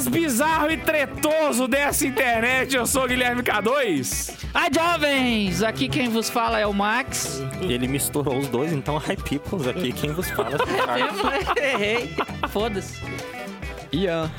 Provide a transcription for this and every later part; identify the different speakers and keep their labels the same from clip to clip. Speaker 1: tá bizarro e tretoso dessa internet. Eu sou o Guilherme K2.
Speaker 2: Ai, Ah, jovens! Aqui quem vos fala é o Max.
Speaker 3: Ele misturou os dois, então hi peoples aqui, quem vos fala.
Speaker 2: Eu errei. Foda-se.
Speaker 4: Ian.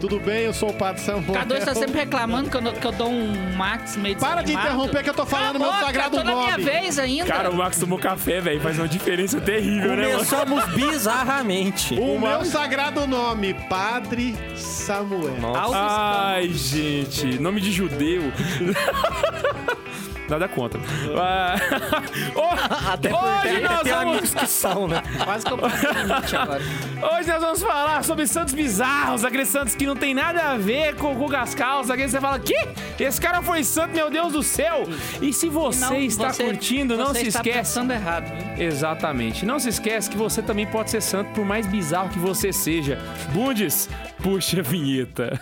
Speaker 5: Tudo bem? Eu sou o Padre Samuel.
Speaker 2: K2 tá sempre reclamando que eu, não- que eu dou um Max meio
Speaker 5: Para de
Speaker 2: desanimado.
Speaker 5: interromper que eu tô falando
Speaker 2: Cala a
Speaker 5: meu
Speaker 2: boca,
Speaker 5: sagrado
Speaker 2: tô na minha
Speaker 5: nome.
Speaker 2: vez ainda.
Speaker 1: Cara, o Max tomou café, velho. Faz uma diferença terrível, né, mano?
Speaker 3: Começamos bizarramente.
Speaker 5: O meu sagrado nome, Padre Samuel.
Speaker 3: Nossa.
Speaker 1: Ai, gente. Nome de judeu. Nada contra. Ah, ho-
Speaker 3: Até
Speaker 1: hoje,
Speaker 3: porque
Speaker 1: nós
Speaker 3: tem
Speaker 1: vamos,
Speaker 3: amigos que são, né?
Speaker 2: Quase que eu passei o limite agora.
Speaker 1: hoje nós vamos falar sobre santos bizarros, aqueles santos que não tem nada a ver com o Gugas Calças, aqueles que você fala, que? Esse cara foi santo, meu Deus do céu! E se você
Speaker 2: Não,
Speaker 1: está
Speaker 2: você-
Speaker 1: curtindo, não
Speaker 2: você
Speaker 1: se
Speaker 2: está
Speaker 1: esquece.
Speaker 2: pensando errado, viu?
Speaker 1: Exatamente. Não se esquece que você também pode ser santo, por mais bizarro que você seja. Bundes, puxa a vinheta.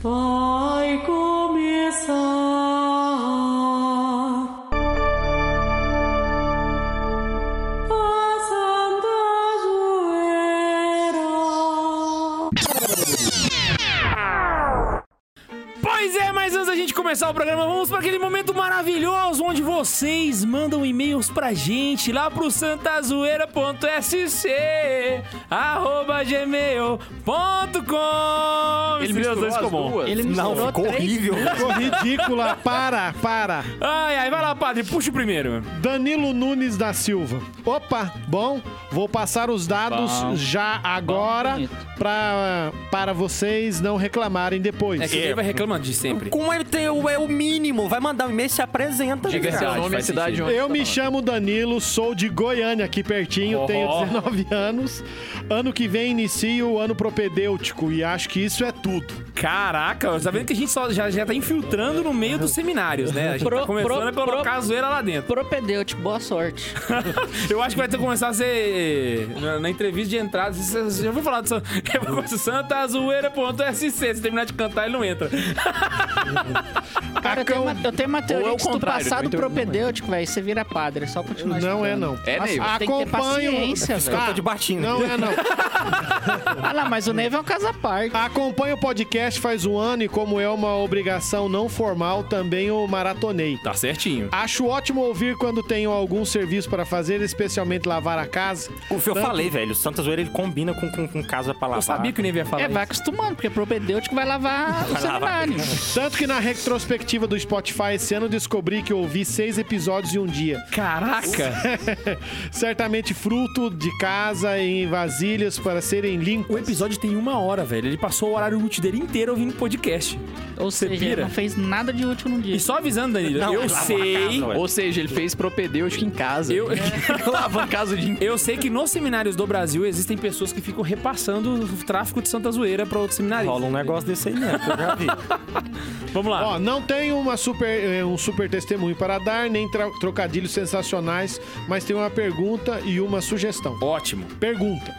Speaker 6: Vai começar a Santazoeira.
Speaker 1: Pois é, mas antes da gente começar o programa, vamos para aquele momento maravilhoso onde vocês mandam e-mails pra gente lá pro santazoeira.sc arroba gmail.com
Speaker 4: Ele misturou as duas.
Speaker 2: Ele
Speaker 3: Não,
Speaker 2: misturou
Speaker 3: ficou
Speaker 2: três
Speaker 3: horrível.
Speaker 5: Ficou ridícula. Para, para.
Speaker 1: Ai, ai, vai lá, padre, puxa o primeiro.
Speaker 5: Danilo Nunes da Silva. Opa, bom, vou passar os dados
Speaker 4: Bom.
Speaker 5: já agora
Speaker 2: bonito.
Speaker 5: pra, para vocês não reclamarem depois.
Speaker 1: É que ele vai reclamando de sempre.
Speaker 3: Como ele tem o, é o mínimo, vai mandar um e-mail se apresenta.
Speaker 4: Diga assim,
Speaker 3: cara.
Speaker 4: seu
Speaker 1: Verdade,
Speaker 4: nome e a
Speaker 1: faz
Speaker 4: cidade
Speaker 1: sentido.
Speaker 4: onde
Speaker 5: Eu
Speaker 4: tá
Speaker 5: me
Speaker 4: falando.
Speaker 5: chamo Danilo, sou de Goiânia, aqui pertinho,
Speaker 1: Ó.
Speaker 5: tenho 19 anos. Ano que vem inicio o ano propedêutico e acho que isso é tudo.
Speaker 1: Caraca, tá vendo que a gente só, já, já tá infiltrando no meio dos seminários, né? A gente
Speaker 2: Pro-
Speaker 1: tá começando
Speaker 2: pro-
Speaker 1: a colocar
Speaker 2: pro-
Speaker 1: a zoeira lá dentro.
Speaker 2: Propedêutico, boa sorte.
Speaker 1: Eu acho que vai ter que começar a ser. Na, na entrevista de entrada, você já vou falar disso. Eu vou começar santazoeira.sc. Se terminar de cantar, ele não entra.
Speaker 2: Cara, eu tenho,
Speaker 5: Cacão.
Speaker 2: uma, eu tenho uma teoria
Speaker 4: é o
Speaker 2: que se tu
Speaker 4: contrário,
Speaker 2: passar do
Speaker 4: então não é.
Speaker 2: propedêutico, velho, você vira padre. É só continuar
Speaker 5: Não é,
Speaker 2: estudando.
Speaker 5: não.
Speaker 4: É, Ney?
Speaker 2: Tem que ter
Speaker 5: Acompanho. é,
Speaker 2: paciência, velho.
Speaker 3: Eu tô de batina.
Speaker 5: Não é, não.
Speaker 2: Ah lá, mas o Neve é um caso à parte.
Speaker 5: Acompanho o podcast faz um ano e, como é uma obrigação não formal, também o maratonei.
Speaker 1: Tá certinho.
Speaker 5: Acho ótimo ouvir quando tenho algum serviço para fazer, especialmente lavar a casa.
Speaker 3: O que eu falei, velho, o Santa Zoeira ele combina com, com, com casa pra lavar.
Speaker 1: Eu sabia que o Neve ia falar.
Speaker 2: É, vai
Speaker 1: isso.
Speaker 2: acostumando, porque propedêutico vai lavar o
Speaker 3: Vai lavar.
Speaker 2: seminário.
Speaker 5: Tanto que na retrospectiva do Spotify esse ano descobri que eu ouvi seis episódios em um dia.
Speaker 1: Caraca!
Speaker 5: Certamente fruto de casa em vasilhas para serem
Speaker 1: o
Speaker 5: limpas.
Speaker 1: episódio tem uma hora, velho. Ele passou o horário útil dele inteiro ouvindo podcast.
Speaker 2: Ou
Speaker 1: Você
Speaker 2: seja, ele
Speaker 1: pira?
Speaker 2: não fez nada de útil no dia.
Speaker 1: E só avisando, Danilo,
Speaker 3: Não,
Speaker 1: eu
Speaker 3: vai lavar a
Speaker 1: sei.
Speaker 3: casa, ué.
Speaker 4: Ou seja, ele fez propedêutico em casa.
Speaker 1: Eu-
Speaker 4: Lavando casa de...
Speaker 1: Eu sei que nos seminários do Brasil existem pessoas que ficam repassando o tráfico de Santa Zoeira pra outros seminários.
Speaker 3: Rola um negócio desse aí, né? que eu já vi.
Speaker 1: Vamos lá.
Speaker 5: Ó, não tenho uma super, eh, um super testemunho para dar, nem tra- trocadilhos sensacionais, mas tenho uma pergunta e uma sugestão.
Speaker 1: Ótimo.
Speaker 5: Pergunta.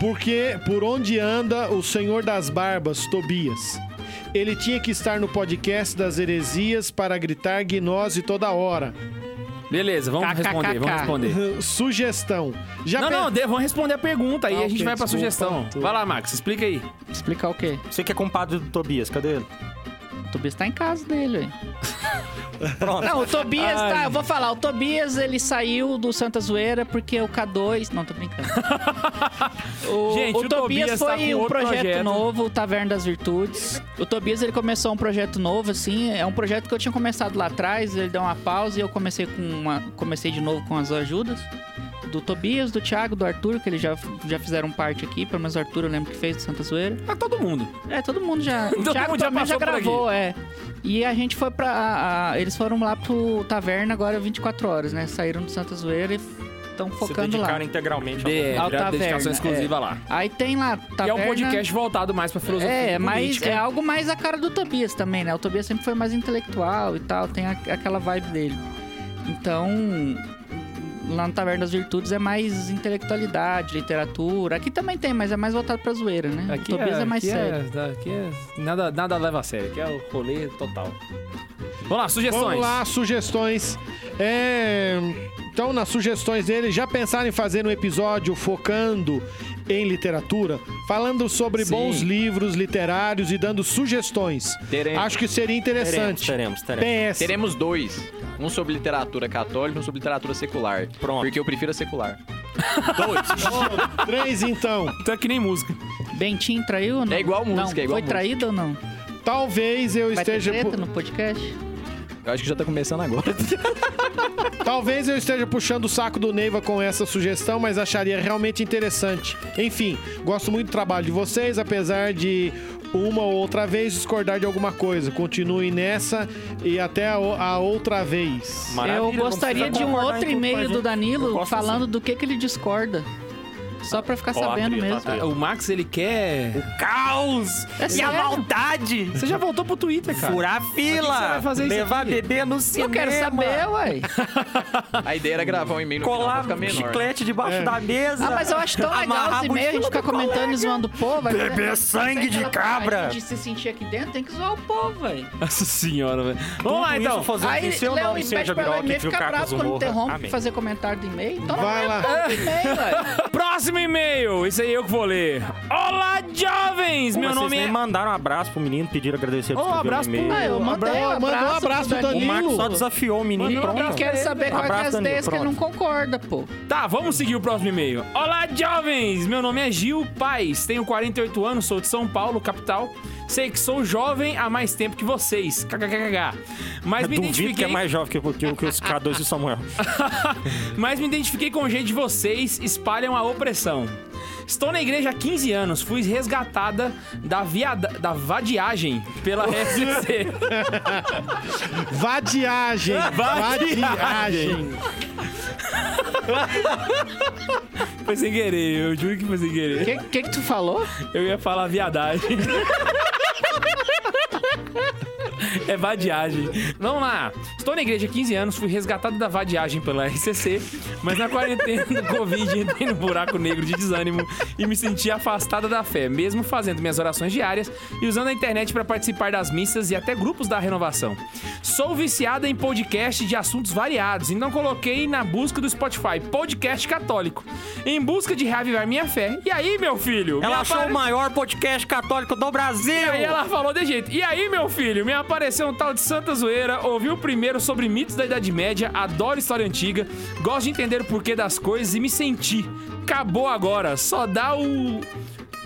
Speaker 5: Por que, por onde anda o Senhor das Barbas, Tobias? Ele tinha que estar no podcast das heresias para gritar gnose toda hora.
Speaker 1: Beleza, vamos responder, vamos responder.
Speaker 5: Sugestão. Já
Speaker 1: Não,
Speaker 5: pe-
Speaker 1: não, de- vamos responder a pergunta aí
Speaker 5: Ah,
Speaker 1: a gente
Speaker 5: ok,
Speaker 1: vai pra
Speaker 5: desculpa,
Speaker 1: sugestão.
Speaker 5: tô-
Speaker 1: Vai lá, Max, explica aí.
Speaker 2: Explicar o quê?
Speaker 3: Você que é compadre do Tobias, cadê ele?
Speaker 2: O Tobias tá em casa dele, velho.
Speaker 3: Pronto.
Speaker 2: Não, o Tobias
Speaker 1: Ai.
Speaker 2: tá. Eu vou falar, o Tobias ele saiu do Santa Zoeira porque o K2. Não, tô brincando. O,
Speaker 1: Gente, o Tobias tá
Speaker 2: foi
Speaker 1: com
Speaker 2: um
Speaker 1: outro
Speaker 2: projeto,
Speaker 1: projeto.
Speaker 2: novo, o Taverna das Virtudes. O Tobias ele começou um projeto novo, assim. É um projeto que eu tinha começado lá atrás, ele deu uma pausa e eu comecei com uma. Comecei de novo com as ajudas. Do Tobias, do Thiago, do Arthur, que eles já, já fizeram parte aqui, pelo menos o Arthur eu lembro que fez do Santa Zoeira.
Speaker 1: Pra todo mundo.
Speaker 2: É, todo mundo já.
Speaker 1: Todo
Speaker 2: o Thiago
Speaker 1: mundo já
Speaker 2: também
Speaker 1: passou
Speaker 2: já
Speaker 1: por
Speaker 2: gravou, é. E a gente foi pra. a- a- eles foram lá pro Taverna agora 24 horas, né? Saíram do Santa Zoeira e estão
Speaker 3: Se
Speaker 1: tá
Speaker 2: focando lá.
Speaker 3: dedicaram integralmente ao
Speaker 1: É,
Speaker 2: Ao
Speaker 1: já- dedicação
Speaker 2: Taverna,
Speaker 1: exclusiva lá.
Speaker 2: Aí tem lá.
Speaker 1: Que é
Speaker 2: Taverna...
Speaker 1: um podcast né? voltado mais pra filosofia.
Speaker 2: É, mas
Speaker 1: política.
Speaker 2: é algo mais a cara do Tobias também, né? O Tobias sempre foi mais intelectual e tal, tem a- aquela vibe dele. Então, lá no Taverna das Virtudes é mais intelectualidade, literatura. Aqui também tem, mas é mais voltado pra zoeira, né?
Speaker 1: Aqui
Speaker 2: o Tobias é, mais
Speaker 1: aqui
Speaker 2: sério.
Speaker 1: aqui é- nada, nada leva a sério. Aqui é o rolê total. Vamos lá, sugestões.
Speaker 5: Vamos lá, sugestões. É, Então, nas sugestões dele, já pensaram em fazer um episódio focando em literatura, falando sobre
Speaker 4: Sim.
Speaker 5: bons livros literários e dando sugestões.
Speaker 4: Teremos.
Speaker 5: Acho que seria
Speaker 3: Teremos,
Speaker 5: interessante.
Speaker 3: teremos, teremos.
Speaker 5: PS.
Speaker 4: Teremos dois. Um sobre literatura católica e um sobre literatura secular.
Speaker 3: Pronto.
Speaker 4: Porque eu prefiro a secular.
Speaker 5: Três, então.
Speaker 1: Então é que nem música.
Speaker 2: Bentinho traiu ou não?
Speaker 4: É igual música,
Speaker 2: Não,
Speaker 4: é igual
Speaker 2: Foi
Speaker 4: música.
Speaker 2: traído ou não?
Speaker 5: Talvez eu
Speaker 2: Vai ter
Speaker 5: esteja.
Speaker 2: treta
Speaker 5: pu-
Speaker 2: no podcast?
Speaker 4: Eu acho que já tá começando agora.
Speaker 5: Talvez eu esteja puxando o saco do Neiva com essa sugestão, mas acharia realmente interessante. Enfim, gosto muito do trabalho de vocês, apesar de uma ou outra vez discordar de alguma coisa. Continuem nessa e até a, o- a outra vez.
Speaker 3: Maravilha,
Speaker 2: eu
Speaker 3: não
Speaker 2: gostaria
Speaker 3: precisa
Speaker 2: de um
Speaker 3: concordar em
Speaker 2: outro
Speaker 3: tudo com a
Speaker 2: e-mail do
Speaker 3: gente. Eu
Speaker 2: Danilo
Speaker 3: gosto
Speaker 2: falando do que, que ele discorda. Só pra ficar
Speaker 3: Ó, a
Speaker 2: sabendo
Speaker 3: treta, a
Speaker 2: mesmo.
Speaker 3: treta.
Speaker 1: Ah, O Max, ele quer.
Speaker 3: assim. Caos!
Speaker 2: É
Speaker 3: e a
Speaker 2: sério?
Speaker 3: maldade!
Speaker 1: Você já voltou pro Twitter, cara.
Speaker 3: Furar fila!
Speaker 1: você vai fazer isso
Speaker 3: levar
Speaker 1: aqui?
Speaker 3: bebê no cinema!
Speaker 2: Eu quero saber, uai.
Speaker 4: A ideia era gravar um e-mail no
Speaker 3: Colar
Speaker 4: final, pra ficar menor.
Speaker 3: chiclete debaixo
Speaker 1: É.
Speaker 3: da mesa!
Speaker 2: Ah, mas eu acho tão legal
Speaker 3: amarrar
Speaker 2: os e-mails, a gente ficar
Speaker 3: mochila do
Speaker 2: comentando e zoando o povo. vai-
Speaker 3: Beber sangue de
Speaker 2: Aquela-
Speaker 3: cabra.
Speaker 2: A gente se sentir aqui dentro, tem que zoar o povo, velho.
Speaker 1: Nossa senhora, velho. Vamos
Speaker 3: Tudo
Speaker 1: lá,
Speaker 3: isso
Speaker 1: então.
Speaker 3: fazendo
Speaker 2: Aí,
Speaker 3: que seu
Speaker 2: Léo,
Speaker 3: assim, nome
Speaker 2: impede
Speaker 3: seja
Speaker 2: pra ela
Speaker 3: viral
Speaker 2: e
Speaker 3: aqui, viu,
Speaker 2: ficar
Speaker 3: Carcos
Speaker 2: bravo quando
Speaker 3: Morra.
Speaker 2: interrompe pra
Speaker 3: Amém.
Speaker 2: fazer comentário do e-mail. Então
Speaker 5: Vai
Speaker 2: não
Speaker 5: lá.
Speaker 2: é do e-mail, velho.
Speaker 1: Próximo e-mail. Esse aí eu que vou ler. Olá, jovens!
Speaker 3: Pô,
Speaker 1: Meu
Speaker 3: mas
Speaker 1: nome
Speaker 3: vocês
Speaker 1: é.
Speaker 3: nem mandaram um abraço pro menino, pediram agradecer
Speaker 1: Ô,
Speaker 3: por escrever
Speaker 1: abraço
Speaker 3: no e-mail.
Speaker 2: Ah, eu mandei um
Speaker 5: Mandou um
Speaker 2: abraço,
Speaker 5: abraço
Speaker 2: pro
Speaker 5: pro
Speaker 3: O
Speaker 5: Danilo.
Speaker 3: Marcos só desafiou o menino,
Speaker 1: Mandou um
Speaker 2: Eu
Speaker 3: pronto.
Speaker 2: quero saber qual é
Speaker 3: Abraço,
Speaker 2: das
Speaker 3: Danilo,
Speaker 2: ideias que ele não concorda, pô.
Speaker 1: Tá, vamos seguir o próximo e-mail. Olá, jovens! Meu nome é Gil Paz, tenho 48 anos, sou de São Paulo, capital. Sei que sou jovem há mais tempo que vocês. KKKK. Mas me
Speaker 3: Duvido que
Speaker 1: identifiquei.
Speaker 3: é mais jovem que, que, que os K2 e o Samuel.
Speaker 1: Mas me identifiquei com o jeito de vocês, espalham a opressão. Estou na igreja há 15 anos, fui resgatada da, viada, da vadiagem pela SC.
Speaker 5: Vadiagem. Vadiagem.
Speaker 1: foi sem querer, eu juro que foi sem
Speaker 2: O
Speaker 1: querer.
Speaker 2: que, que que tu falou?
Speaker 1: Eu ia falar viadagem. É vadiagem. Vamos lá. Estou na igreja há 15 anos, fui resgatado da vadiagem pela RCC, mas na quarentena do Covid entrei no buraco negro de desânimo e me senti afastada da fé, mesmo fazendo minhas orações diárias e usando a internet para participar das missas e até grupos da renovação. Sou viciada em podcast de assuntos variados, então coloquei na busca do Spotify podcast católico, em busca de reavivar minha fé. E aí, meu filho? me
Speaker 3: Ela achou
Speaker 1: apare-
Speaker 3: o maior podcast católico do Brasil!
Speaker 1: e aí ela falou de jeito. E aí, meu filho, me apareceu um tal de Santa Zoeira, ouvi o primeiro sobre mitos da Idade Média, adoro história antiga, gosto de entender o porquê das coisas e me senti. Acabou agora, só dá o.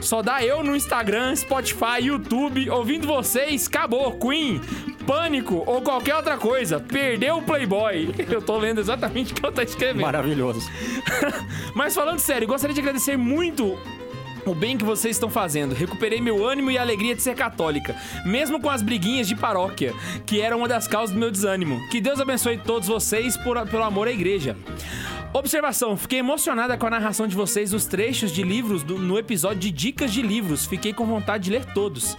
Speaker 1: Só dá eu no Instagram, Spotify, YouTube, ouvindo vocês, acabou, Queen, Pânico ou qualquer outra coisa. Perdeu o Playboy. Eu tô lendo exatamente o que ela tá escrevendo.
Speaker 3: Maravilhoso.
Speaker 1: Mas falando sério, gostaria de agradecer muito o bem que vocês estão fazendo. Recuperei meu ânimo e a alegria de ser católica, mesmo com as briguinhas de paróquia, que era uma das causas do meu desânimo. Que Deus abençoe todos vocês por- pelo amor à igreja. Observação: fiquei emocionada com a narração de vocês dos trechos de livros do- no episódio de dicas de livros. Fiquei com vontade de ler todos.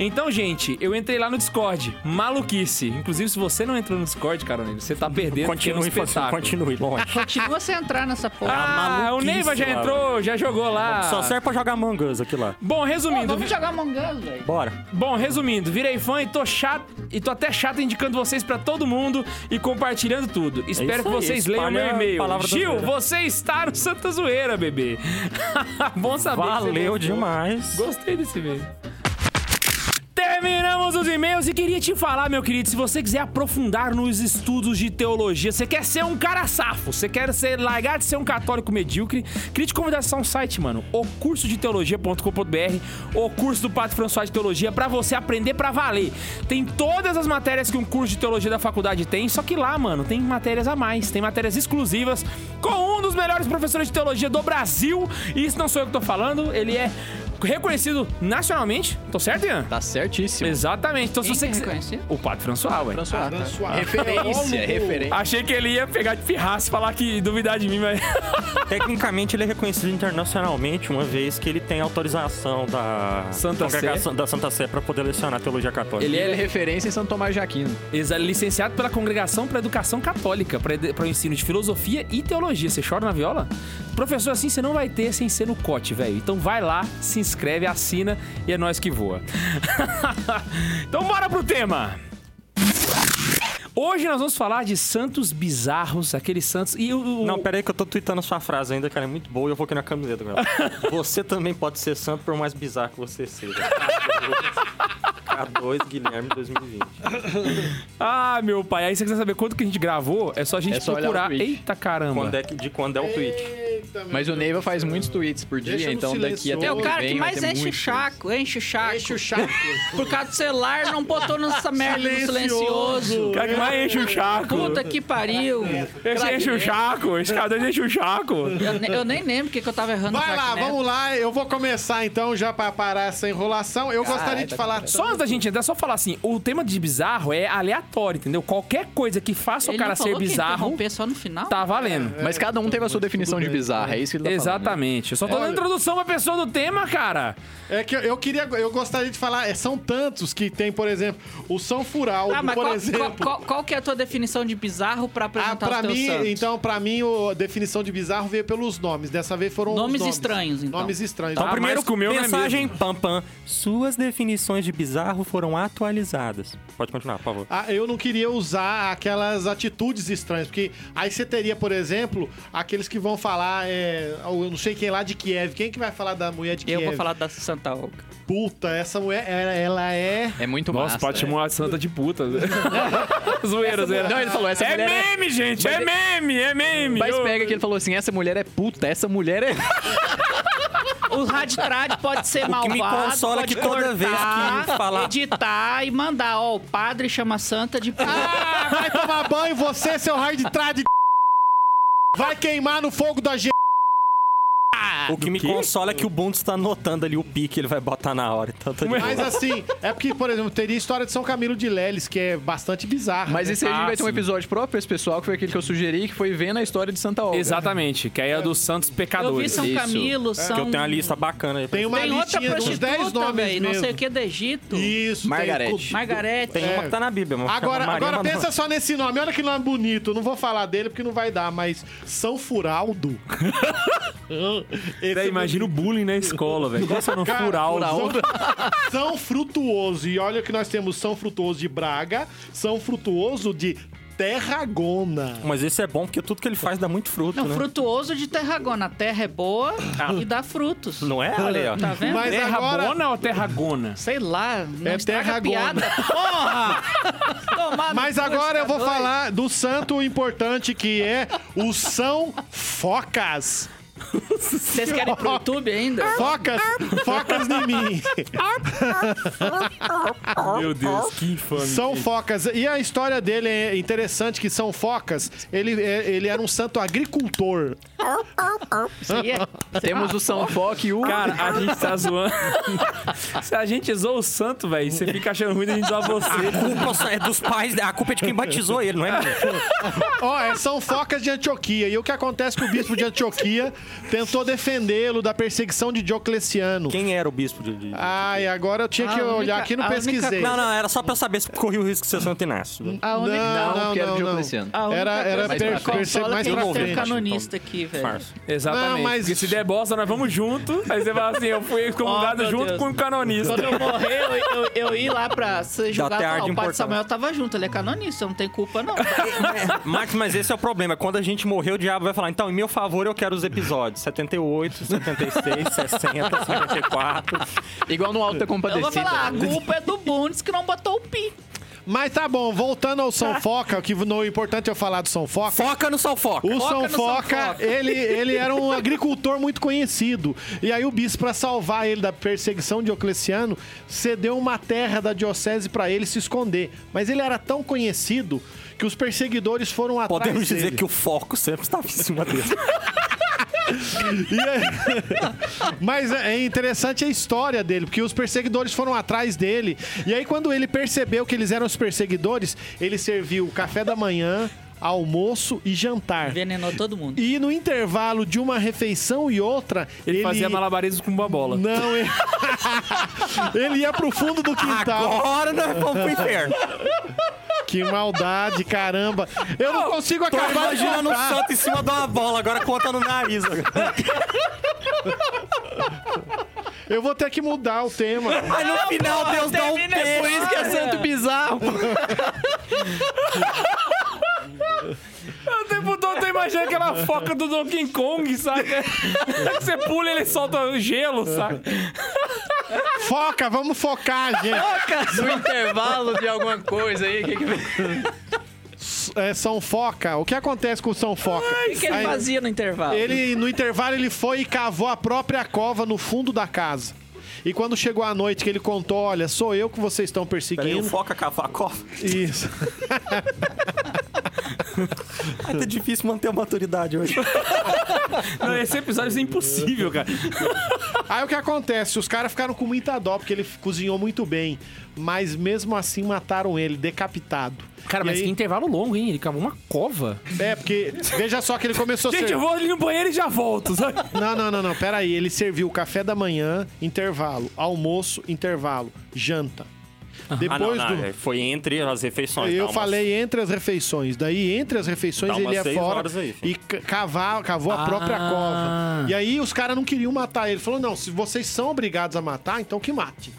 Speaker 1: Então, gente, eu entrei lá no Discord. Maluquice. Inclusive, se você não entrou no Discord, cara, você tá perdendo porque é um
Speaker 3: Continue, fazendo,
Speaker 1: espetáculo.
Speaker 3: continue, longe.
Speaker 2: Continua sem entrar nessa porra.
Speaker 1: Ah, o
Speaker 3: maluquice
Speaker 1: Neiva já
Speaker 3: lá,
Speaker 1: entrou, já jogou lá.
Speaker 3: Só serve pra jogar mangas aqui lá.
Speaker 1: Bom,
Speaker 2: Pô,
Speaker 1: resumindo.
Speaker 2: vamos jogar Among Us, velho.
Speaker 3: Bora.
Speaker 1: Bom, resumindo, virei fã e tô chato e tô até chato indicando vocês pra todo mundo e compartilhando tudo. Espero
Speaker 3: É isso
Speaker 1: que
Speaker 3: aí,
Speaker 1: vocês leiam
Speaker 3: espalha
Speaker 1: meu
Speaker 3: a
Speaker 1: e-mail.
Speaker 3: palavra da
Speaker 1: Gil,
Speaker 3: zoeira.
Speaker 1: você está no Santa Zoeira, bebê. Bom saber. que você
Speaker 3: Valeu
Speaker 1: gostou.
Speaker 3: demais.
Speaker 1: Gostei desse e-mail. Terminamos os e-mails e queria te falar, meu querido, se você quiser aprofundar nos estudos de teologia, você quer ser um cara safo, você quer ser largar de ser um católico medíocre, queria te convidar a acessar um site, mano, o curso de teologia.com.br, o curso do Padre François de Teologia, pra você aprender pra valer. Tem todas as matérias que um curso de teologia da faculdade tem, só que lá, mano, tem matérias a mais, tem matérias exclusivas com um dos melhores professores de teologia do Brasil, e isso não sou eu que tô falando, ele é reconhecido nacionalmente, tô certo, Ian?
Speaker 4: Tá certíssimo.
Speaker 1: Exatamente. Então,
Speaker 2: Quem
Speaker 1: se você
Speaker 2: que
Speaker 1: quiser.
Speaker 2: reconheceu?
Speaker 1: O Padre Ah, François, ué.
Speaker 4: François.
Speaker 5: François.
Speaker 4: Referência,
Speaker 5: Teólogo.
Speaker 4: referência.
Speaker 1: Achei que ele ia pegar de pirraça, falar que duvidar de mim, mas.
Speaker 3: Tecnicamente, ele é reconhecido internacionalmente, uma vez que ele tem autorização da
Speaker 1: Santa Sé.
Speaker 3: congregação da Santa Sé para poder lecionar teologia católica.
Speaker 4: Ele é referência em São Tomás de Aquino.
Speaker 1: Ele é licenciado pela Congregação para Educação Católica, para o ensino de filosofia e teologia. Você chora na viola? Professor, assim você não vai ter sem ser no cote, velho. Então vai lá, se inscreve, assina e é nós que voa. então bora pro tema! Hoje nós vamos falar de santos bizarros, aqueles santos. E é o. o-
Speaker 3: Não, pera aí que eu tô tweetando a sua frase ainda, cara. É muito boa e eu vou aqui na camiseta com ela. Você também pode ser santo por mais bizarro que você seja. K2 Guilherme 2020.
Speaker 1: Ah, meu pai. Aí você quiser saber quanto que a gente gravou, é só a gente
Speaker 4: É só olhar o
Speaker 1: procurar.
Speaker 4: tweet.
Speaker 1: Eita caramba.
Speaker 3: Quando é que- de quando é o tweet?
Speaker 5: Eita, meu
Speaker 4: Mas o
Speaker 5: Deus.
Speaker 4: Neiva faz muitos tweets por dia,
Speaker 5: Deixa no
Speaker 4: então daqui
Speaker 5: silencioso.
Speaker 4: até
Speaker 2: É o
Speaker 4: que
Speaker 2: cara
Speaker 4: vem
Speaker 2: que
Speaker 4: vai
Speaker 2: mais
Speaker 4: ter
Speaker 2: enche o
Speaker 4: muitos
Speaker 2: chaco, enche o chaco.
Speaker 5: Enche o chaco.
Speaker 2: Por causa do celular, não botou nessa merda do É silencioso.
Speaker 1: Cara que mais enche o
Speaker 4: é
Speaker 1: chaco.
Speaker 2: Puta que pariu.
Speaker 1: Esse enche o
Speaker 4: né?
Speaker 1: chaco. Esse cara enche o chaco.
Speaker 4: É
Speaker 2: Eu, ne- eu nem lembro o que, que eu tava errando.
Speaker 5: Vai
Speaker 2: no né?
Speaker 5: lá,
Speaker 2: Crack Neto.
Speaker 5: vamos lá. Eu vou começar então já pra parar essa enrolação. Eu
Speaker 4: tá
Speaker 5: gostaria de falar
Speaker 1: Só antes da gente entrar, só falar assim: o tema de bizarro é aleatório, entendeu? Qualquer coisa que faça
Speaker 2: Ele
Speaker 1: o cara
Speaker 2: não falou
Speaker 1: ser
Speaker 2: que ia
Speaker 1: bizarro
Speaker 2: interromper só no final?
Speaker 1: tá valendo.
Speaker 4: Mas cada um teve a sua definição de bizarro, é isso que ele tá falando, né?
Speaker 1: Exatamente. Eu só tô dando
Speaker 5: Olha-
Speaker 1: introdução pra pessoa do tema, cara.
Speaker 5: É que eu- eu queria, eu gostaria de falar. é, são tantos que tem, por exemplo, o São Fural,
Speaker 2: Ah, mas
Speaker 5: por
Speaker 2: qual,
Speaker 5: exemplo.
Speaker 2: qual- qual- qual que é a tua definição de bizarro pra
Speaker 5: Ah,
Speaker 2: apresentar
Speaker 5: pra
Speaker 2: os teus
Speaker 5: mim,
Speaker 2: santos?
Speaker 5: então, pra mim, o- a definição de bizarro veio pelos nomes. Dessa vez foram os
Speaker 2: Nomes estranhos, então.
Speaker 5: Nomes estranhos.
Speaker 1: Então, Ah, primeiro- mas com o meu não é
Speaker 3: mensagem pam pam. Suas definições de bizarro foram atualizadas. Pode continuar, por favor.
Speaker 5: Ah, eu não queria usar aquelas atitudes estranhas, porque aí você teria, por exemplo, aqueles que vão falar, é, eu não sei quem lá de Kiev. Quem que vai falar da mulher de
Speaker 2: Eu
Speaker 5: Kiev?
Speaker 2: vou falar da Santa Olga.
Speaker 5: Puta, essa mulher, ela, ela é.
Speaker 4: É muito
Speaker 1: Nossa,
Speaker 4: massa.
Speaker 1: pode chamar a santa de puta. zoeira, zoeira.
Speaker 4: Não, ele falou, essa
Speaker 1: é
Speaker 4: mulher é-
Speaker 1: meme, gente.
Speaker 4: Mas
Speaker 1: É
Speaker 4: ele-
Speaker 1: meme, é meme.
Speaker 4: Mas
Speaker 1: Eu-
Speaker 4: pega que ele falou assim, essa mulher é puta, essa mulher é...
Speaker 2: O Raditrad pode ser
Speaker 3: que me
Speaker 2: malvado,
Speaker 3: consola é
Speaker 2: pode
Speaker 3: que toda vez
Speaker 2: cortar,
Speaker 3: que falar-
Speaker 2: editar e mandar. Ó, o padre chama a santa de puta.
Speaker 5: Ah, vai tomar banho você, seu raio de trás de. Vai queimar no fogo da gente.
Speaker 3: O que me consola é que o Bundes tá anotando ali o pique, ele vai botar na hora. Então tá de
Speaker 5: Mas
Speaker 3: boa.
Speaker 5: assim, é porque, por exemplo, teria a história de São Camilo de Leles, que é bastante bizarra.
Speaker 4: Mas
Speaker 5: né?
Speaker 4: esse aí a gente
Speaker 1: Ah,
Speaker 4: vai ter um
Speaker 1: sim.
Speaker 4: episódio próprio pra esse pessoal, que foi aquele que eu sugeri, que foi vendo a história de Santa Olga.
Speaker 1: Exatamente, que aí é dos santos
Speaker 2: Eu vi
Speaker 1: pecadores.
Speaker 2: São
Speaker 4: Isso.
Speaker 2: Camilo, São...
Speaker 3: É. Que eu tenho uma lista bacana aí. pra
Speaker 5: Tem
Speaker 3: vocês.
Speaker 5: uma
Speaker 2: Tem outra
Speaker 5: listinha dos 10
Speaker 2: prostituta,
Speaker 5: nomes
Speaker 2: velho,
Speaker 5: mesmo.
Speaker 2: não sei o que do Egito.
Speaker 5: Isso,
Speaker 4: Margarete.
Speaker 5: Tem...
Speaker 2: Margarete.
Speaker 3: Tem uma
Speaker 5: É.
Speaker 3: que tá na Bíblia, mano.
Speaker 5: Agora,
Speaker 3: Maria
Speaker 5: agora
Speaker 3: Manoela.
Speaker 5: pensa assim, só nesse nome. Olha que nome bonito. Eu Não vou falar dele porque não vai dar, mas São Furaldo. Esse
Speaker 1: Véi,
Speaker 5: é
Speaker 1: Imagina o bullying na escola, velho. Pensa no fural.
Speaker 5: São Frutuoso. E olha que nós temos São Frutuoso de Braga, São Frutuoso de Terragona.
Speaker 3: Mas esse é bom porque tudo que ele faz dá muito fruto,
Speaker 2: Não,
Speaker 3: né? Ah.
Speaker 2: frutuoso de terragona. A terra é boa e dá frutos.
Speaker 3: Não é? Olha aí, ó.
Speaker 2: Tá vendo?
Speaker 5: Mas
Speaker 1: Terragona
Speaker 5: agora,
Speaker 1: ou terragona?
Speaker 2: Sei lá, não
Speaker 5: É
Speaker 2: estraga a
Speaker 5: terragona.
Speaker 2: piada. Porra! Tomado
Speaker 5: mas agora eu vou falar do santo importante que é o São Focas.
Speaker 2: Vocês querem ir pro YouTube ainda?
Speaker 5: Focas, focas em mim.
Speaker 1: Meu Deus, que infame.
Speaker 5: São focas. E a história dele é interessante que São Focas, ele, é- ele era um santo agricultor.
Speaker 2: Isso aí é...
Speaker 4: Temos o São Foque e o...
Speaker 1: Cara, a gente tá zoando. Se a gente zoa o santo, velho, você fica achando ruim da gente zoar você.
Speaker 3: A culpa só é dos pais, a culpa é de quem batizou ele, não é? menino?
Speaker 5: Ó, é São Focas de Antioquia. E o que acontece é que o bispo de Antioquia tentou defendê-lo da perseguição de Diocleciano.
Speaker 3: Quem era o bispo de... de-
Speaker 5: Ai, agora eu tinha que
Speaker 2: A única-
Speaker 5: olhar aqui e não
Speaker 2: a única-
Speaker 5: pesquisei.
Speaker 3: Não, não, era só pra eu saber se corria o risco de ser Santo Inácio.
Speaker 2: A única...
Speaker 5: Não,
Speaker 4: Não,
Speaker 5: não,
Speaker 4: que era
Speaker 5: não,
Speaker 4: o
Speaker 5: não.
Speaker 4: Diocleciano.
Speaker 2: A única
Speaker 5: Era- era
Speaker 2: coisa que
Speaker 5: per-
Speaker 2: me consola
Speaker 5: percebe mais
Speaker 2: é que eu
Speaker 5: pra
Speaker 2: tenho
Speaker 5: frente, então.
Speaker 2: canonista aqui, velho.
Speaker 3: Farsa.
Speaker 1: Exatamente.
Speaker 5: Não, mas-
Speaker 1: Porque se der bosta, nós vamos junto. Aí você fala assim, eu fui excomungado
Speaker 2: Oh, meu
Speaker 1: junto
Speaker 2: Deus.
Speaker 1: com o canonista.
Speaker 2: Quando eu morrer, eu, eu, eu ir lá pra ser julgado.
Speaker 3: até
Speaker 2: Ah,
Speaker 3: ar de
Speaker 2: o padre
Speaker 3: importância.
Speaker 2: Samuel tava junto, ele é canonista, não tem culpa não.
Speaker 3: Max, mas esse é o problema. Quando a gente morrer, o diabo vai falar, então, em meu favor, eu quero os episódios. 78, 76, 60, 54.
Speaker 4: Igual no Alto da
Speaker 2: Eu
Speaker 4: Compadecida.
Speaker 2: vou falar, a culpa é do Bundes que não botou o pi.
Speaker 5: Mas tá bom, voltando ao São Foca, que no importante é eu falar do São Foca.
Speaker 3: Foca no salfoca.
Speaker 5: O
Speaker 2: Foca
Speaker 5: São
Speaker 2: no São
Speaker 5: Foca,
Speaker 2: Foca.
Speaker 5: ele, ele era um agricultor muito conhecido. E aí o bispo, para salvar ele da perseguição de Diocleciano, cedeu uma terra da diocese para ele se esconder. Mas ele era tão conhecido que os perseguidores foram atrás
Speaker 3: Podemos dizer
Speaker 5: dele.
Speaker 3: que o foco sempre estava em cima dele.
Speaker 5: E aí- Mas é é interessante a história dele, porque os perseguidores foram atrás dele. E aí, quando ele percebeu que eles eram os perseguidores, ele serviu café da manhã, almoço e jantar.
Speaker 2: Envenenou todo mundo.
Speaker 5: E no intervalo de uma refeição e outra, ele,
Speaker 1: Ele fazia malabarismo com uma bola.
Speaker 5: Não, ele... ele ia pro fundo do quintal.
Speaker 3: Agora nós vamos pro inferno.
Speaker 5: Que maldade, caramba. Eu não consigo
Speaker 3: Tô
Speaker 5: acabar de
Speaker 3: imaginando um
Speaker 5: jantar.
Speaker 3: santo em cima de uma bola, agora conta no nariz.
Speaker 5: Eu vou ter que mudar o tema.
Speaker 3: Aí no final, Deus dá um
Speaker 2: termina, é por
Speaker 3: peixe.
Speaker 2: isso que é santo
Speaker 4: bizarro.
Speaker 1: O tempo todo eu tô imaginando aquela foca do Donkey Kong, saca? Você pula e ele solta o gelo, saca?
Speaker 5: Foca, vamos focar, gente.
Speaker 4: No intervalo de alguma coisa aí, o que, que, o
Speaker 5: É, São Foca. O que acontece com o São Foca?
Speaker 4: que que ele
Speaker 5: Aí,
Speaker 4: fazia no intervalo?
Speaker 5: Ele, no intervalo, ele foi e cavou a própria cova no fundo da casa. E quando chegou a noite que ele contou, olha, sou eu que vocês estão
Speaker 3: Peraí, o
Speaker 5: perseguindo.
Speaker 3: foca cavar a cova.
Speaker 5: Isso.
Speaker 3: Ai, tá difícil manter a maturidade hoje.
Speaker 1: Não, esse episódio é impossível, cara.
Speaker 5: Aí o que acontece? Os caras ficaram com muita dó, porque ele cozinhou muito bem. Mas mesmo assim mataram ele, decapitado.
Speaker 1: Cara,
Speaker 5: E
Speaker 1: mas
Speaker 5: aí-
Speaker 1: que intervalo longo, hein? Ele cavou uma cova.
Speaker 5: É, porque veja só que ele começou a
Speaker 1: Gente,
Speaker 5: ser...
Speaker 1: eu vou ali no banheiro e já volto, sabe?
Speaker 5: Não, não, não, não. Pera aí. Ele serviu café da manhã, intervalo. Almoço, intervalo. Janta.
Speaker 3: Ah, não,
Speaker 5: Depois
Speaker 3: não,
Speaker 5: do.
Speaker 3: é, foi entre as refeições.
Speaker 5: Eu
Speaker 3: dá umas-
Speaker 5: falei entre as refeições. Daí, entre as refeições,
Speaker 3: Dá umas
Speaker 5: ele é
Speaker 3: seis
Speaker 5: fora
Speaker 3: horas aí, filho.
Speaker 5: e ca- cavar, cavou a própria
Speaker 2: Ah.
Speaker 5: cova. E aí, os caras não queriam matar ele. Falou, não, se vocês são obrigados a matar, então que mate.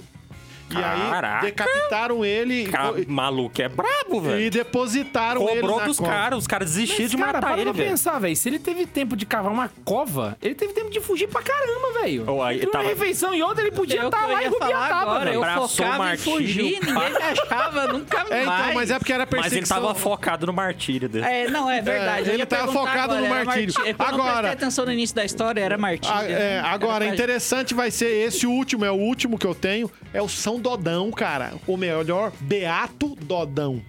Speaker 5: E aí,
Speaker 3: Caraca.
Speaker 5: decapitaram ele e-
Speaker 3: Cara, maluco é brabo,
Speaker 5: e
Speaker 3: velho.
Speaker 5: depositaram ele
Speaker 3: Cobrou
Speaker 5: na
Speaker 3: dos
Speaker 5: cova.
Speaker 3: caras, os caras desistiram de
Speaker 1: Cara,
Speaker 3: matar
Speaker 1: para
Speaker 3: ele,
Speaker 1: pra
Speaker 3: velho.
Speaker 1: pensar, velho. Se ele teve tempo de cavar uma cova, ele teve tempo de fugir pra caramba, velho.
Speaker 3: Ô, aí,
Speaker 1: Entre uma
Speaker 3: tava-
Speaker 1: refeição e outra, ele podia
Speaker 2: Eu
Speaker 1: estar
Speaker 2: É que eu
Speaker 1: lá e
Speaker 2: ia
Speaker 1: rubiar
Speaker 2: falar
Speaker 1: a tábua,
Speaker 2: agora,
Speaker 1: velho.
Speaker 2: eu
Speaker 3: Abraçou,
Speaker 2: focava em
Speaker 3: martírio,
Speaker 2: fugir, ninguém me achava nunca mais.
Speaker 5: É, então, mas é porque era
Speaker 3: Mas
Speaker 5: perseguição.
Speaker 3: ele tava focado no martírio dele.
Speaker 2: É, não, é verdade.
Speaker 5: É,
Speaker 2: Eu
Speaker 5: ele
Speaker 2: ia
Speaker 5: tava
Speaker 2: perguntar
Speaker 5: focado
Speaker 2: agora,
Speaker 5: no
Speaker 2: era
Speaker 5: martírio.
Speaker 2: marti- é porque Eu não
Speaker 5: Agora-
Speaker 2: prestei atenção no início da história, era martírio.
Speaker 5: Ah, é, agora, interessante vai ser esse último, é o último que eu tenho, é o São Dodão, cara. Ou melhor, Beato Dodão.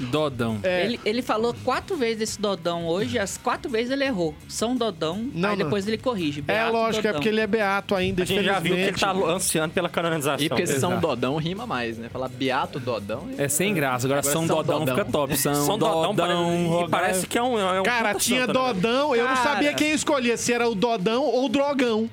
Speaker 1: Dodão.
Speaker 5: É.
Speaker 2: Ele, ele falou quatro vezes desse Dodão hoje, as quatro vezes ele errou. São Dodão,
Speaker 5: Não,
Speaker 2: aí
Speaker 5: não.
Speaker 2: depois ele corrige.
Speaker 5: é
Speaker 2: Beato
Speaker 5: lógico, é
Speaker 2: Dodão.
Speaker 5: porque ele é Beato ainda,
Speaker 3: A gente já viu que ele
Speaker 5: infelizmente.
Speaker 3: tá ansiando pela canonização.
Speaker 4: E porque São
Speaker 3: Exato.
Speaker 4: Dodão rima mais, né? Falar Beato Dodão.
Speaker 1: É sem graça. Agora, São, Dodão, fica top. São,
Speaker 3: São Dodão, parece, e parece que é um. é um
Speaker 5: Cara,
Speaker 3: puta
Speaker 5: tinha
Speaker 3: santo, né, velho?
Speaker 5: Dodão, eu não
Speaker 2: Cara.
Speaker 5: sabia quem escolhia, se era o Dodão ou o Drogão.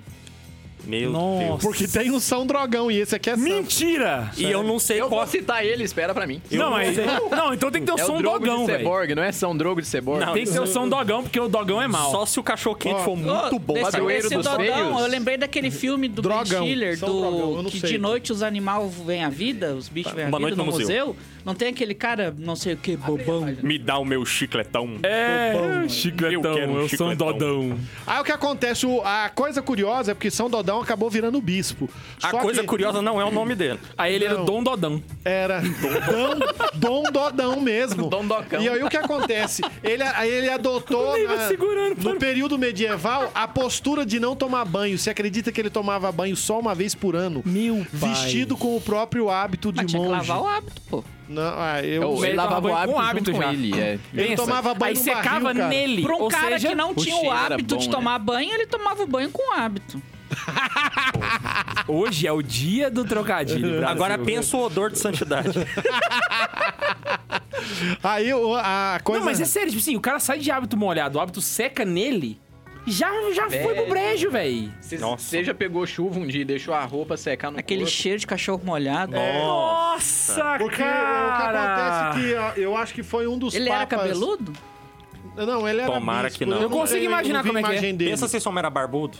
Speaker 3: Meu
Speaker 1: Nossa.
Speaker 3: Deus.
Speaker 5: Porque tem um São Drogão e esse aqui é Santo.
Speaker 1: Mentira!
Speaker 3: E eu não sei
Speaker 4: Eu
Speaker 3: qual.
Speaker 4: vou citar ele, espera pra mim.
Speaker 1: não, mas. Não, então tem que ter o
Speaker 4: é
Speaker 1: São
Speaker 4: o Drogo
Speaker 1: Dogão,
Speaker 4: de
Speaker 1: velho.
Speaker 4: Seborg, não é São Drogo de Seborg?
Speaker 3: Não,
Speaker 1: Tem que ser o São Dogão, porque o Dogão é mal.
Speaker 3: Só se o cachorro quente
Speaker 5: Ó.
Speaker 3: for muito bom.
Speaker 2: Desse,
Speaker 4: Padroeiro
Speaker 2: desse
Speaker 4: dos
Speaker 2: Dodão,
Speaker 4: Feios.
Speaker 2: eu lembrei daquele filme do
Speaker 5: Drogão.
Speaker 2: Ben Stiller,
Speaker 5: São
Speaker 2: do,
Speaker 5: Drogão, eu não
Speaker 2: que
Speaker 5: sei.
Speaker 2: de noite os animais vêm à vida, os bichos vêm à
Speaker 3: Uma
Speaker 2: vida
Speaker 3: noite
Speaker 2: no,
Speaker 3: no museu.
Speaker 2: museu. Não tem aquele cara, não sei o que, bobão.
Speaker 3: Me dá o meu chicletão.
Speaker 1: É, chicletão,
Speaker 3: Eu quero um
Speaker 1: eu sou um
Speaker 3: chicletão.
Speaker 1: Dodão.
Speaker 5: Aí o que acontece, o- a coisa curiosa é porque São Dodão acabou virando bispo.
Speaker 3: A
Speaker 5: Só
Speaker 3: coisa
Speaker 5: que
Speaker 3: curiosa não é o nome dele.
Speaker 1: Aí ele era o
Speaker 5: Não.
Speaker 1: Dom Dodão.
Speaker 5: Era Dom, Dom Dodão mesmo.
Speaker 4: Dom Docão.
Speaker 5: E aí o que acontece? Ele, aí ele adotou
Speaker 1: Neiva
Speaker 5: na-
Speaker 1: segurando,
Speaker 5: no período medieval a postura de não tomar banho. Você acredita que ele tomava banho só uma vez por ano?
Speaker 1: Meu
Speaker 5: Vestido com o próprio hábito de
Speaker 2: Mas tinha que
Speaker 5: monge.
Speaker 2: lavar o hábito, pô.
Speaker 5: Não, ah, eu-
Speaker 4: Eu-
Speaker 1: Ele
Speaker 4: ele
Speaker 1: tava
Speaker 4: lavava É o
Speaker 1: banho
Speaker 4: hábito
Speaker 1: com
Speaker 4: com
Speaker 1: hábito
Speaker 4: junto com
Speaker 1: já.
Speaker 4: ele. É.
Speaker 5: Ele tomava banho
Speaker 1: Aí
Speaker 5: no
Speaker 1: secava
Speaker 5: barril, cara.
Speaker 1: nele.
Speaker 2: Pra um
Speaker 1: ou
Speaker 2: cara
Speaker 1: seja,
Speaker 2: que não tinha o
Speaker 4: cheiro era
Speaker 2: hábito de
Speaker 4: bom,
Speaker 2: tomar banho, ele tomava o banho com hábito.
Speaker 1: Hoje é o dia do trocadilho. Brasil.
Speaker 5: né?
Speaker 3: Agora pensa o odor de santidade.
Speaker 5: Tá Aí o- a coisa.
Speaker 1: Não, mas é sério, tipo assim, o cara sai de hábito molhado, o hábito seca nele, já, já
Speaker 5: É.
Speaker 1: foi pro
Speaker 4: Velho.
Speaker 1: brejo, velho.
Speaker 4: Você
Speaker 3: Nossa.
Speaker 4: é. você já pegou chuva um dia e deixou a roupa secar no
Speaker 2: Aquele
Speaker 4: corpo?
Speaker 2: cheiro de cachorro molhado.
Speaker 5: É.
Speaker 1: Nossa,
Speaker 5: Porque
Speaker 1: cara!
Speaker 5: o que acontece é que ó, eu acho que foi um dos
Speaker 2: Ele
Speaker 5: papas...
Speaker 2: era cabeludo?
Speaker 5: Não, ele era
Speaker 3: Tomara
Speaker 5: bispo,
Speaker 3: que não.
Speaker 1: Eu consigo imaginar
Speaker 5: vi
Speaker 1: como é que é.
Speaker 5: imagem Dele.
Speaker 3: Pensa se esse homem era barbudo.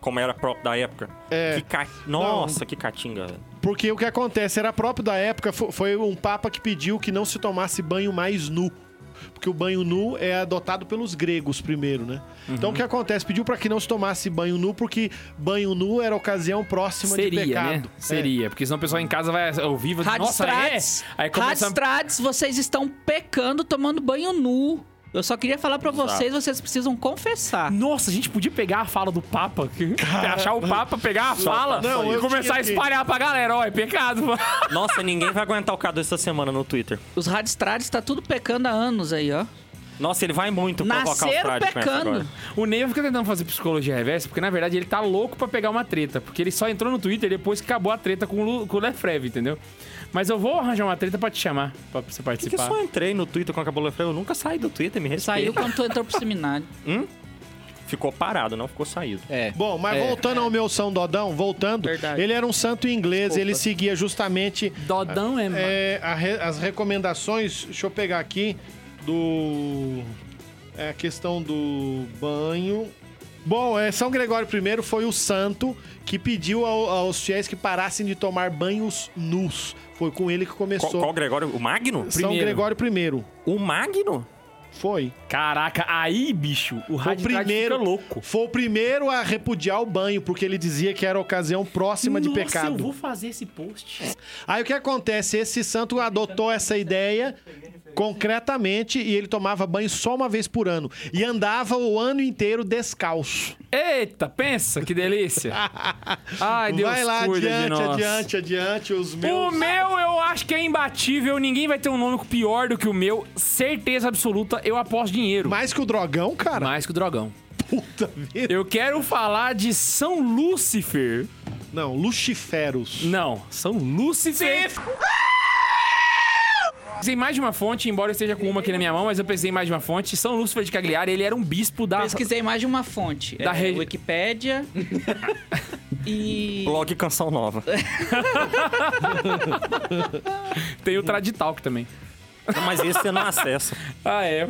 Speaker 3: Como era próprio da época.
Speaker 5: É.
Speaker 3: Que ca... Nossa, que catinga. velho.
Speaker 5: Porque o que acontece era próprio da época, fo- foi um papa que pediu que não se tomasse banho mais nu. Porque o banho nu é adotado pelos gregos primeiro, né?
Speaker 3: Uhum.
Speaker 5: Então o que acontece? Pediu para que não se tomasse banho nu, porque banho nu era ocasião próxima de
Speaker 1: Seria, né?
Speaker 5: pecado. É.
Speaker 1: Seria, porque senão o pessoal em casa vai ouvir e vai dizer, nossa, é?
Speaker 2: Radstrats,
Speaker 1: Aí começa...
Speaker 2: Radstrats, vocês estão pecando tomando banho nu. Eu só queria falar pra vocês, vocês precisam confessar.
Speaker 1: Nossa, a gente podia pegar a fala do Papa, que- achar o Papa, pegar a fala
Speaker 5: Não,
Speaker 1: e
Speaker 5: eu
Speaker 1: começar
Speaker 5: tinha
Speaker 1: a
Speaker 5: que-
Speaker 1: espalhar pra galera. Ó, é pecado, mano.
Speaker 3: Nossa, ninguém vai aguentar o Cadu essa semana no Twitter.
Speaker 2: Os Radstrats tá tudo pecando há anos aí, ó.
Speaker 3: Nossa, ele vai muito provocar
Speaker 2: Nasceram
Speaker 3: o Frade com essa agora.
Speaker 2: pecando.
Speaker 1: O Neiva fica tentando fazer psicologia reversa, porque na verdade ele tá louco pra pegar uma treta. Porque ele só entrou no Twitter depois que acabou a treta com o, Lu, com o Lefreve, entendeu? Mas eu vou arranjar uma treta pra te chamar, pra você
Speaker 3: Por que eu
Speaker 1: participar.
Speaker 3: só entrei no Twitter com a Cabula Eu nunca saí do Twitter, me respeita.
Speaker 2: Saiu quando tu entrou pro seminário.
Speaker 3: Ficou parado, não ficou saído.
Speaker 4: É.
Speaker 5: Bom, mas voltando ao meu São Dodão, voltando,
Speaker 2: Verdade.
Speaker 5: ele era um santo inglês, ele seguia justamente
Speaker 1: Dodão é, é...
Speaker 5: É, a re- as recomendações, deixa eu pegar aqui do. É a questão do banho. Bom, é, São Gregório I foi o santo que pediu ao- aos fiéis que parassem de tomar banhos nus. Foi com ele que
Speaker 3: Qual,
Speaker 5: começou.
Speaker 3: qual Gregório? O Magno?
Speaker 5: São
Speaker 1: Primeiro.
Speaker 5: Gregório I.
Speaker 3: É O Magno?
Speaker 5: Foi.
Speaker 1: Caraca, aí, bicho, o
Speaker 5: Foi o
Speaker 1: rádio
Speaker 5: primeiro.
Speaker 1: fica louco.
Speaker 5: Foi o primeiro a repudiar o banho, porque ele dizia que era ocasião próxima de
Speaker 1: Nossa,
Speaker 5: pecado.
Speaker 1: eu vou fazer esse post.
Speaker 5: Aí o que acontece? Esse santo adotou essa ideia concretamente e ele tomava banho só uma vez por ano. E andava o ano inteiro descalço.
Speaker 1: Eita, pensa, que delícia. Ai, Deus
Speaker 5: Vai lá,
Speaker 1: cuida de
Speaker 5: adiante,
Speaker 1: nós.
Speaker 5: adiante, adiante, os
Speaker 1: O
Speaker 5: meus.
Speaker 1: meu eu acho que é imbatível, ninguém vai ter um nome pior do que o meu. Certeza absoluta, eu aposto dinheiro.
Speaker 5: Mais que o drogão, cara.
Speaker 1: Mais que o dragão.
Speaker 5: Puta vida.
Speaker 1: Eu quero falar de São Lúcifer.
Speaker 5: Não, Luciferos.
Speaker 1: Não, São Lúcifer. Pensei em mais de uma fonte, embora eu esteja com uma aqui na minha mão, mas eu pensei em mais de uma fonte. São Lúcifer de Cagliari, ele era um bispo da.
Speaker 2: Pesquisei mais de uma fonte.
Speaker 1: Da
Speaker 2: é,
Speaker 1: rede-
Speaker 2: Wikipédia e...
Speaker 3: Blog Canção Nova.
Speaker 1: Tem o Traditalk também.
Speaker 3: Mas esse você não acessa.
Speaker 1: Ah, é.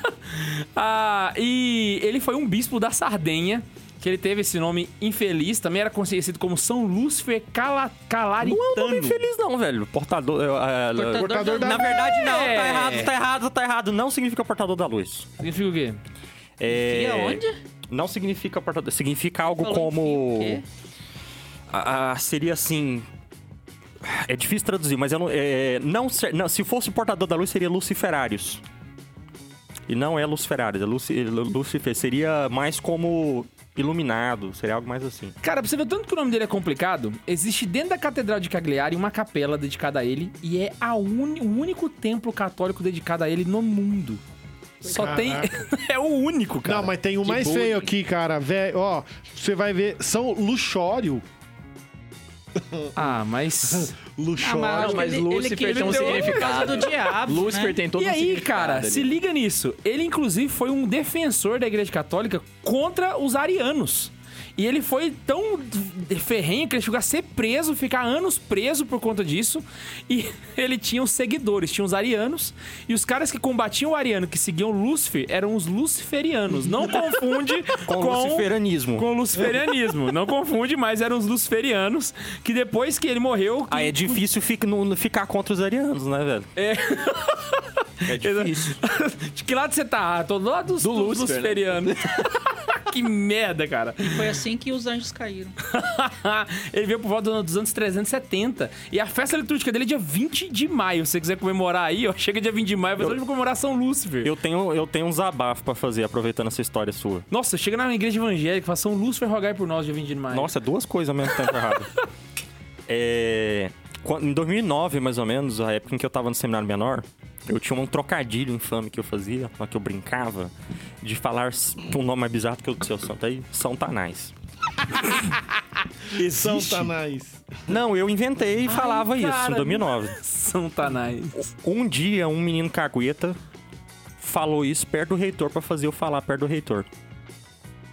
Speaker 1: ah, e ele foi um bispo da Sardenha, que ele teve esse nome infeliz, também era conhecido como São Lúcifer Cala Calaritano.
Speaker 3: Não é um nome feliz não, velho. Portador... é, é,
Speaker 2: Portador
Speaker 5: Portador da-
Speaker 3: Na verdade, não.
Speaker 1: É.
Speaker 3: Tá errado, tá errado, tá errado. Não significa portador da luz.
Speaker 1: Significa o quê?
Speaker 3: É...
Speaker 2: E aonde?
Speaker 3: Não significa portador... Significa algo
Speaker 2: Falou enfim,
Speaker 3: como...
Speaker 2: o quê?
Speaker 3: Ah, ah, seria assim... É difícil traduzir, mas eu não, é, não, ser- não- Se fosse portador da luz, seria Luciferários. E não é Luciferários, é Luci- Lucifer. Seria mais como iluminado, seria algo mais assim.
Speaker 1: Cara, pra você ver o tanto que o nome dele é complicado, existe dentro da Catedral de Cagliari uma capela dedicada a ele e é a uni- o único templo católico dedicado a ele no mundo. Só tem. é o único, cara.
Speaker 5: Não, mas tem um mais feio aqui, cara. Velho, ó, você vai ver. São Luxório.
Speaker 1: Ah, mas.
Speaker 5: Luxório.
Speaker 4: Não, mas
Speaker 2: ele-
Speaker 4: Lúcifer
Speaker 2: ele
Speaker 4: tem um
Speaker 2: queria ter outro por causa
Speaker 4: significado.
Speaker 2: do diabo,
Speaker 4: Lúcifer
Speaker 2: né?
Speaker 4: tem todo
Speaker 1: E
Speaker 4: um
Speaker 1: aí,
Speaker 4: significado
Speaker 1: cara,
Speaker 4: ali.
Speaker 1: se liga nisso. Ele, inclusive, foi um defensor da Igreja Católica contra os arianos. E ele foi tão ferrenho que ele chegou a ser preso, ficar anos preso por conta disso. E ele tinha os seguidores, tinha os arianos. E os caras que combatiam o ariano, que seguiam Lúcifer, eram os luciferianos. Não confunde
Speaker 3: Com, luciferanismo.
Speaker 1: com o luciferianismo. Não confunde, mas eram os luciferianos. Que depois que ele morreu,
Speaker 3: Aí é difícil fica- não- não ficar contra os arianos, né, velho? É. É difícil.
Speaker 1: De que lado você tá? Ah, tô do lado dos, do dos
Speaker 4: Lúcifer, né?
Speaker 1: luciferianos. que merda, cara.
Speaker 2: Foi assim que os anjos caíram.
Speaker 1: ele veio por volta dos anos 370. E a festa litúrgica dele é dia 20 de maio. Se você quiser comemorar aí, ó, chega dia 20 de maio, mas hoje eu vou comemorar São Lúcifer.
Speaker 3: Eu tenho, eu tenho um zabafo pra fazer, aproveitando essa história sua.
Speaker 1: Nossa, chega na igreja evangélica e fala São Lúcifer, rogai por nós dia 20 de maio.
Speaker 3: Nossa, é duas coisas ao mesmo tempo errado. É, quan- em 2009, mais ou menos, a época em que eu tava no seminário menor, eu tinha um trocadilho infame que eu fazia, lá que eu brincava, de falar s- um nome mais bizarro que o do seu santo aí, São Tanais.
Speaker 5: São Tanais.
Speaker 3: Não, eu inventei e falava isso
Speaker 1: cara.
Speaker 3: em 2009.
Speaker 1: São Tanais.
Speaker 3: Um dia, um menino cagueta falou isso perto do reitor pra fazer eu falar perto do reitor.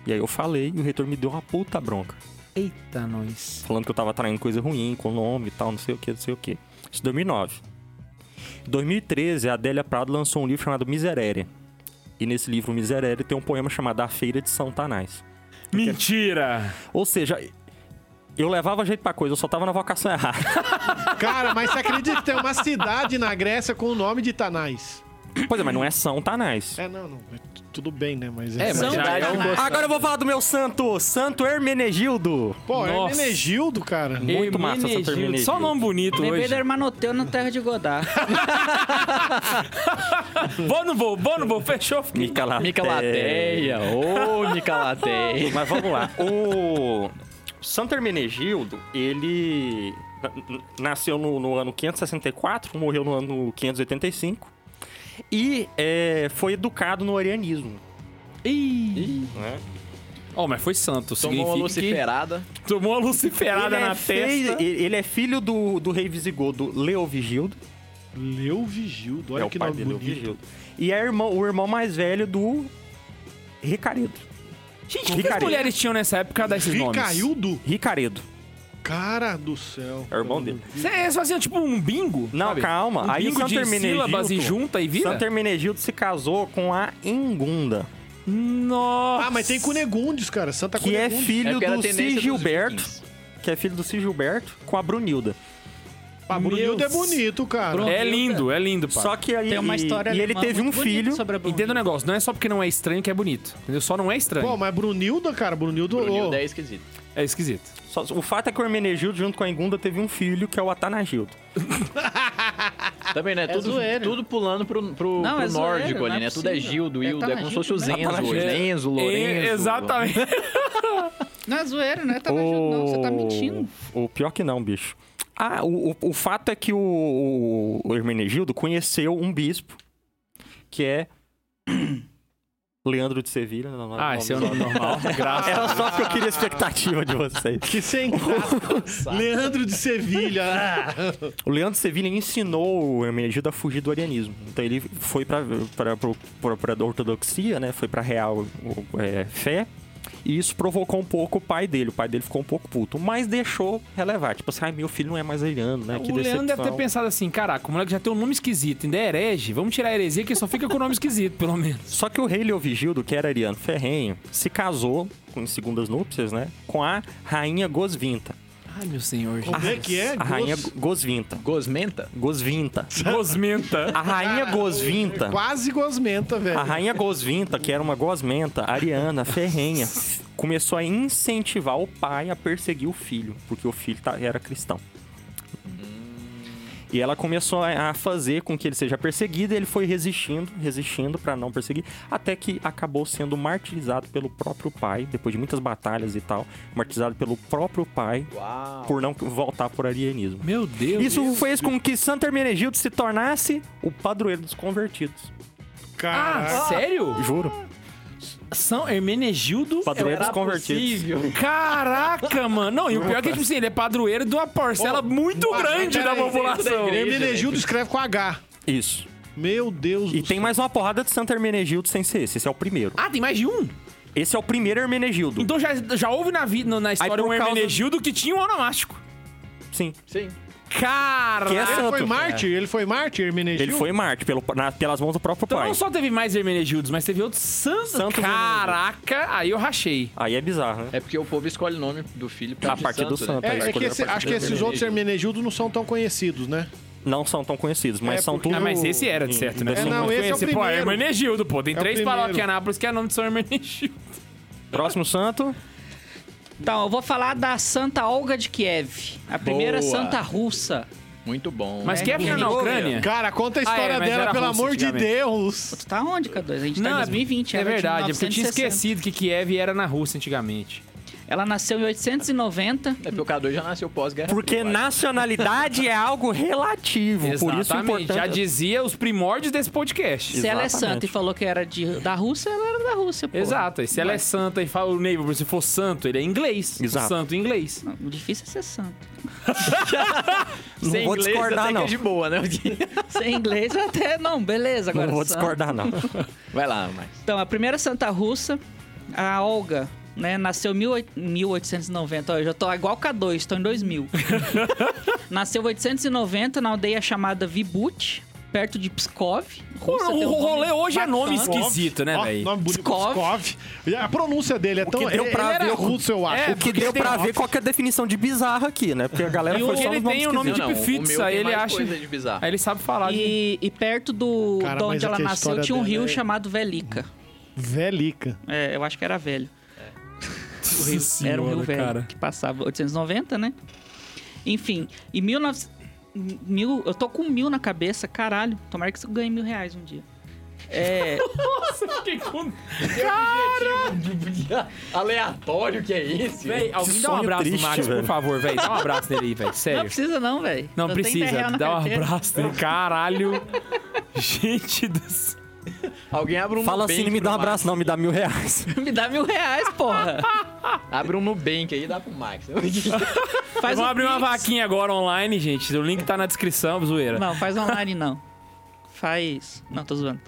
Speaker 3: E aí eu falei e o reitor me deu uma puta bronca.
Speaker 1: Eita, nós.
Speaker 3: falando que eu tava traindo coisa ruim com o nome e tal, não sei o que, não sei o que. Isso em 2009. Em 2013, a Adélia Prado lançou um livro chamado Miserere. E nesse livro Miserere tem um poema chamado A Feira de São Tanás.
Speaker 1: Mentira!
Speaker 3: Ou seja, eu levava jeito pra coisa, eu só tava na vocação errada.
Speaker 5: Cara, mas você acredita que tem uma cidade na Grécia com o nome de Tanais?
Speaker 3: Pois é, mas não é São Tanás.
Speaker 5: É, não, não. T- Tudo bem, né? Mas
Speaker 1: É, mas já
Speaker 4: um
Speaker 1: é uma...
Speaker 3: Agora eu vou falar do meu santo, Santo Hermenegildo.
Speaker 5: Pô, é
Speaker 1: Nossa.
Speaker 5: Hermenegildo, cara.
Speaker 3: Muito massa essa
Speaker 1: Hermenegildo.
Speaker 3: Hermenegildo.
Speaker 1: Só nome bonito
Speaker 2: Lembrei
Speaker 1: hoje.
Speaker 2: do Hermanoteu na terra de Godá.
Speaker 1: Vou, não vou, vou, não vou. Fechou, fiquei
Speaker 3: Micalateia.
Speaker 2: É.
Speaker 4: Mica Lateia, ô Mica Lateia.
Speaker 3: Mas vamos lá. O Santo Hermenegildo, ele na- n- nasceu no, no ano 564, morreu no ano 585 e é, foi educado no arianismo.
Speaker 1: Ih!
Speaker 3: né?
Speaker 1: Oh, mas foi santo.
Speaker 4: Tomou uma
Speaker 1: significa
Speaker 4: luciferada.
Speaker 1: que tomou uma luciferada
Speaker 3: Ele é
Speaker 1: na
Speaker 3: fei-
Speaker 1: testa.
Speaker 3: e- ele é filho do, do rei visigodo Leovigildo.
Speaker 5: Leovigildo,
Speaker 3: é
Speaker 5: olha
Speaker 3: o
Speaker 5: que
Speaker 3: pai
Speaker 5: nome
Speaker 3: dele,
Speaker 5: bonito.
Speaker 3: Leovigildo. E é irmão, o irmão mais velho do Ricaredo.
Speaker 1: Gente, o que as
Speaker 3: Ricaredo.
Speaker 1: mulheres tinham nessa época desses nomes?
Speaker 5: Ricaildo?
Speaker 3: Ricaredo.
Speaker 5: Cara do céu.
Speaker 3: É o irmão dele.
Speaker 1: Cê- Eles faziam tipo um bingo?
Speaker 3: Não,
Speaker 1: sabe?
Speaker 3: calma.
Speaker 1: Um
Speaker 3: Aí
Speaker 1: bingo
Speaker 3: Santo
Speaker 1: de
Speaker 3: Hermenegildo-
Speaker 1: sílabas e junta e vira?
Speaker 3: Santo Hermenegildo se casou com a Ingunda.
Speaker 1: Nossa.
Speaker 5: Ah, mas tem Cunegundes, cara. Santa
Speaker 3: Que é
Speaker 5: Cunegundes.
Speaker 3: filho
Speaker 4: porque era
Speaker 3: do
Speaker 4: a tendência
Speaker 3: Si
Speaker 4: dos
Speaker 3: Gilberto.
Speaker 4: vikings.
Speaker 3: Que é filho do Si Gilberto com a Brunilda.
Speaker 5: Ah, Brunildo é bonito, cara.
Speaker 2: Bruno-
Speaker 1: É lindo, é lindo, pá.
Speaker 3: Só que aí.
Speaker 2: Tem uma
Speaker 3: e-
Speaker 2: história
Speaker 3: E ele
Speaker 2: alemã
Speaker 3: teve um
Speaker 2: muito bonita
Speaker 3: filho.
Speaker 2: sobre a Bruna.
Speaker 1: Entenda o negócio, não é só porque não é estranho que é bonito. Entendeu? Só não é estranho.
Speaker 5: Pô, mas Brunilda, cara, Brunildo...
Speaker 4: Brunilda
Speaker 5: ô,
Speaker 4: é esquisito.
Speaker 1: É esquisito.
Speaker 3: Só- o fato é que o Hermenegildo, junto com a Ingunda, teve um filho, que é o Atanagildo.
Speaker 4: Também, né?
Speaker 2: É
Speaker 4: tudo,
Speaker 2: zoeira.
Speaker 4: tudo pulando pro, pro,
Speaker 2: Não,
Speaker 4: pro
Speaker 2: é zoeira,
Speaker 4: nórdico
Speaker 2: não é
Speaker 4: ali, né? Tudo é
Speaker 2: possível.
Speaker 4: Gildo,
Speaker 2: É
Speaker 4: Hildo. É como se fosse o
Speaker 2: Tanagido,
Speaker 4: Zenzo
Speaker 2: né?
Speaker 4: hoje. Zenzo, Lorenzo.
Speaker 1: É, Exatamente.
Speaker 2: Não é zoeira, né? Tá na ajuda, não. Você tá mentindo.
Speaker 3: O pior que não, bicho. Ah, o, o, o fato é que o, o Hermenegildo conheceu um bispo, que é. Leandro de Sevilha. né?
Speaker 1: Ah, esse é o nome normal. Graças.
Speaker 3: Era É só porque eu queria a expectativa de vocês.
Speaker 5: Que sem graça. Leandro de Sevilha. Ah.
Speaker 3: O Leandro Sevilha ensinou o Hermenegildo a fugir do arianismo. Então ele foi para a ortodoxia, né? Foi para real o- é, fé. E isso provocou um pouco o pai dele. O pai dele ficou um pouco puto, mas deixou relevar. Tipo assim, ai, meu filho não é mais ariano, né? Que
Speaker 1: o Leandro deve ter
Speaker 3: decepção."
Speaker 1: pensado assim, caraca, o moleque já tem um nome esquisito, ainda é herege, vamos tirar a heresia que só fica com o nome esquisito, pelo menos.
Speaker 3: Só que o rei Leovigildo, que era ariano ferrenho, se casou, com em segundas núpcias, né? Com a rainha Gosvinta.
Speaker 1: Ai, meu senhor.
Speaker 5: Como é que é?
Speaker 3: A rainha
Speaker 5: Gos-
Speaker 3: Gosvinta.
Speaker 4: Gosmenta?
Speaker 3: Gosvinta.
Speaker 1: Gosmenta.
Speaker 3: A rainha Gosvinta.
Speaker 5: Ah, Quase gosmenta, velho.
Speaker 3: A rainha Gosvinta, que era uma gosmenta, ariana, ferrenha, começou a incentivar o pai a perseguir o filho, porque o filho tá- era cristão. E ela começou a a fazer com que ele seja perseguido, e ele foi resistindo, resistindo para não perseguir, até que acabou sendo martirizado pelo próprio pai, depois de muitas batalhas e tal, martirizado pelo próprio pai
Speaker 4: Uau.
Speaker 3: por não voltar por arianismo.
Speaker 1: Meu Deus.
Speaker 3: Isso fez com que Santo Hermenegildo se tornasse o padroeiro dos convertidos.
Speaker 5: Cara,
Speaker 1: Ah, sério?
Speaker 3: Juro.
Speaker 1: São Hermenegildo?
Speaker 3: Padroeiro dos convertidos.
Speaker 1: Caraca, mano. Não, e o pior é que, tipo assim, ele é padroeiro de uma parcela muito
Speaker 5: é
Speaker 1: grande da
Speaker 4: peraí,
Speaker 1: população.
Speaker 4: peraí, peraí.
Speaker 5: Hermenegildo escreve com H.
Speaker 3: Isso.
Speaker 5: Meu Deus
Speaker 3: E
Speaker 5: do
Speaker 3: tem
Speaker 5: céu.
Speaker 3: mais uma porrada de Santa Hermenegildo sem ser esse. Esse é o primeiro.
Speaker 1: Ah, tem mais de um?
Speaker 3: Esse é o primeiro Hermenegildo.
Speaker 1: Então já, já houve na, vi, no- na história
Speaker 3: por
Speaker 1: um
Speaker 3: causa-
Speaker 1: Hermenegildo que tinha um onomástico.
Speaker 3: Sim.
Speaker 4: Sim.
Speaker 1: Caraca.
Speaker 3: Que é
Speaker 5: Ele
Speaker 3: santo.
Speaker 5: foi mártir? Ele foi mártir, Hermenegildo?
Speaker 3: Ele foi Marte, pelo, na- pelas mãos do próprio
Speaker 1: Então
Speaker 3: pai.
Speaker 1: não só teve mais Hermenegildos, mas teve outros santos.
Speaker 3: Santos
Speaker 1: Caraca, aí eu rachei.
Speaker 3: Aí é bizarro, né?
Speaker 4: É porque o povo escolhe o nome do filho
Speaker 3: A
Speaker 4: pra de
Speaker 3: partir do santo,
Speaker 4: né?
Speaker 5: É,
Speaker 3: Tá,
Speaker 5: é que
Speaker 3: escolheram
Speaker 5: esse-
Speaker 3: a partir
Speaker 5: acho que
Speaker 3: do
Speaker 5: esses outros Hermenegildos não são tão conhecidos, né?
Speaker 3: Não são tão conhecidos, mas
Speaker 5: É,
Speaker 3: são
Speaker 5: porque-
Speaker 3: tudo...
Speaker 1: Ah, mas esse era de
Speaker 3: Hum,
Speaker 1: certo, né?
Speaker 3: deve
Speaker 5: É,
Speaker 3: ser
Speaker 5: não,
Speaker 3: muito
Speaker 5: esse é o
Speaker 3: conhecido.
Speaker 1: Pô, é
Speaker 5: primeiro.
Speaker 1: Hermenegildo, pô. Tem
Speaker 5: É o
Speaker 1: três
Speaker 5: primeiro.
Speaker 1: paróquias em Anápolis que é nome de São Hermenegildo.
Speaker 3: Próximo santo.
Speaker 2: Então, eu vou falar da Santa Olga de Kiev. A primeira
Speaker 4: Boa.
Speaker 2: santa russa.
Speaker 4: Muito bom.
Speaker 1: Mas
Speaker 2: É,
Speaker 1: que é
Speaker 2: Hermenegildo.
Speaker 1: na Ucrânia?
Speaker 5: Cara, conta a
Speaker 1: Ah,
Speaker 5: história
Speaker 1: é, mas
Speaker 5: dela,
Speaker 1: era
Speaker 5: pelo
Speaker 1: russo
Speaker 5: amor de
Speaker 1: antigamente.
Speaker 5: Deus.
Speaker 2: Tu tá onde, K2? A gente tá em 2020.
Speaker 1: é
Speaker 2: ela de
Speaker 1: verdade. É porque eu tinha
Speaker 2: 1960.
Speaker 1: esquecido que Kiev era na Rússia antigamente.
Speaker 2: Ela nasceu em 890.
Speaker 4: É porque o K2 já nasceu pós-guerra.
Speaker 3: Porque
Speaker 4: Eu acho.
Speaker 3: nacionalidade é algo relativo. Por isso é importante...
Speaker 1: Já dizia os primórdios desse podcast.
Speaker 2: Se ela é
Speaker 3: Exatamente.
Speaker 2: santa e falou que era de, da Rússia, ela era da Rússia, pô.
Speaker 1: Exato. E se ela é santa e fala o Neighbor, se for santo, ele é inglês.
Speaker 3: Exato.
Speaker 1: Santo em inglês.
Speaker 2: Não, o difícil é ser santa.
Speaker 3: Não
Speaker 4: Sem
Speaker 3: vou
Speaker 4: inglês,
Speaker 3: discordar,
Speaker 4: até
Speaker 3: não.
Speaker 4: que é de boa, né?
Speaker 2: Ser inglês eu até... Não, beleza. Agora
Speaker 3: Não vou
Speaker 2: santa.
Speaker 3: discordar, não.
Speaker 4: Vai lá, mas.
Speaker 2: Então, a primeira santa russa, a Olga, né, nasceu em 18- 1890. Ó, eu já tô igual K2, tô em 2000. nasceu em 890 na aldeia chamada Vibut, perto de Pskov.
Speaker 1: Pô,
Speaker 2: Rússia, tem
Speaker 1: o
Speaker 2: um
Speaker 1: rolê hoje é nome
Speaker 2: bacana.
Speaker 1: esquisito, né,
Speaker 5: Ó,
Speaker 1: velho?
Speaker 5: nome bonito,
Speaker 2: Pskov.
Speaker 5: Pskov. E A pronúncia dele é tão...
Speaker 3: que deu
Speaker 5: ele-
Speaker 3: pra
Speaker 5: ele era
Speaker 3: ver o-
Speaker 5: russo, eu acho.
Speaker 1: É,
Speaker 3: o que
Speaker 1: porque
Speaker 3: deu
Speaker 1: tem
Speaker 3: pra
Speaker 1: uma-
Speaker 3: ver qual que é a definição de bizarro aqui, né? Porque a galera
Speaker 1: E o-
Speaker 3: foi só
Speaker 1: ele
Speaker 3: nos nomes
Speaker 1: tem o nome de-
Speaker 3: esquisitos.
Speaker 4: Não,
Speaker 1: Tipo
Speaker 4: o
Speaker 1: Fitz,
Speaker 4: meu tem
Speaker 1: aí ele
Speaker 4: é um mais
Speaker 1: acha-
Speaker 4: coisa de bizarro.
Speaker 1: Aí ele sabe falar. de-
Speaker 2: E, e perto do
Speaker 5: Cara,
Speaker 2: de
Speaker 5: mas
Speaker 2: onde
Speaker 5: é
Speaker 2: ela
Speaker 5: que a
Speaker 2: nasceu
Speaker 5: história
Speaker 2: tinha um
Speaker 5: dela
Speaker 2: rio
Speaker 5: é-
Speaker 2: chamado Velica.
Speaker 5: Velica.
Speaker 2: É, eu acho que era velho.
Speaker 1: Nossa
Speaker 2: era um rio
Speaker 1: senhora,
Speaker 2: velho que passava 890, né? Enfim, em 19... mil, eu tô com mil na cabeça, caralho. Tomara que você ganhe mil reais um dia. É,
Speaker 1: Nossa, eu fiquei com...
Speaker 4: Aleatório que é esse?
Speaker 1: Véi, alguém
Speaker 3: Que
Speaker 1: dá um
Speaker 3: sonho
Speaker 1: abraço
Speaker 3: triste,
Speaker 1: no Max,
Speaker 3: velho.
Speaker 1: por favor, velho. Dá um abraço nele aí, velho.
Speaker 2: não
Speaker 1: Sério.
Speaker 2: precisa não, velho.
Speaker 1: Não
Speaker 2: Eu tenho 10
Speaker 1: precisa,
Speaker 2: real na
Speaker 1: dá um
Speaker 2: carteira.
Speaker 1: abraço nele. Caralho. Gente do céu.
Speaker 4: Alguém abre um
Speaker 3: Fala assim, não
Speaker 4: Nubank
Speaker 3: me dá um
Speaker 4: pro Max.
Speaker 3: abraço, não, me dá mil reais.
Speaker 2: Me dá mil reais, porra.
Speaker 4: Abre um Nubank aí e dá pro Max.
Speaker 2: Faz
Speaker 1: Vamos
Speaker 2: um
Speaker 1: abrir uma
Speaker 2: Pix.
Speaker 1: vaquinha agora online, gente. O link tá na descrição, zoeira.
Speaker 2: Não, faz online não. Faz... Não, tô zoando.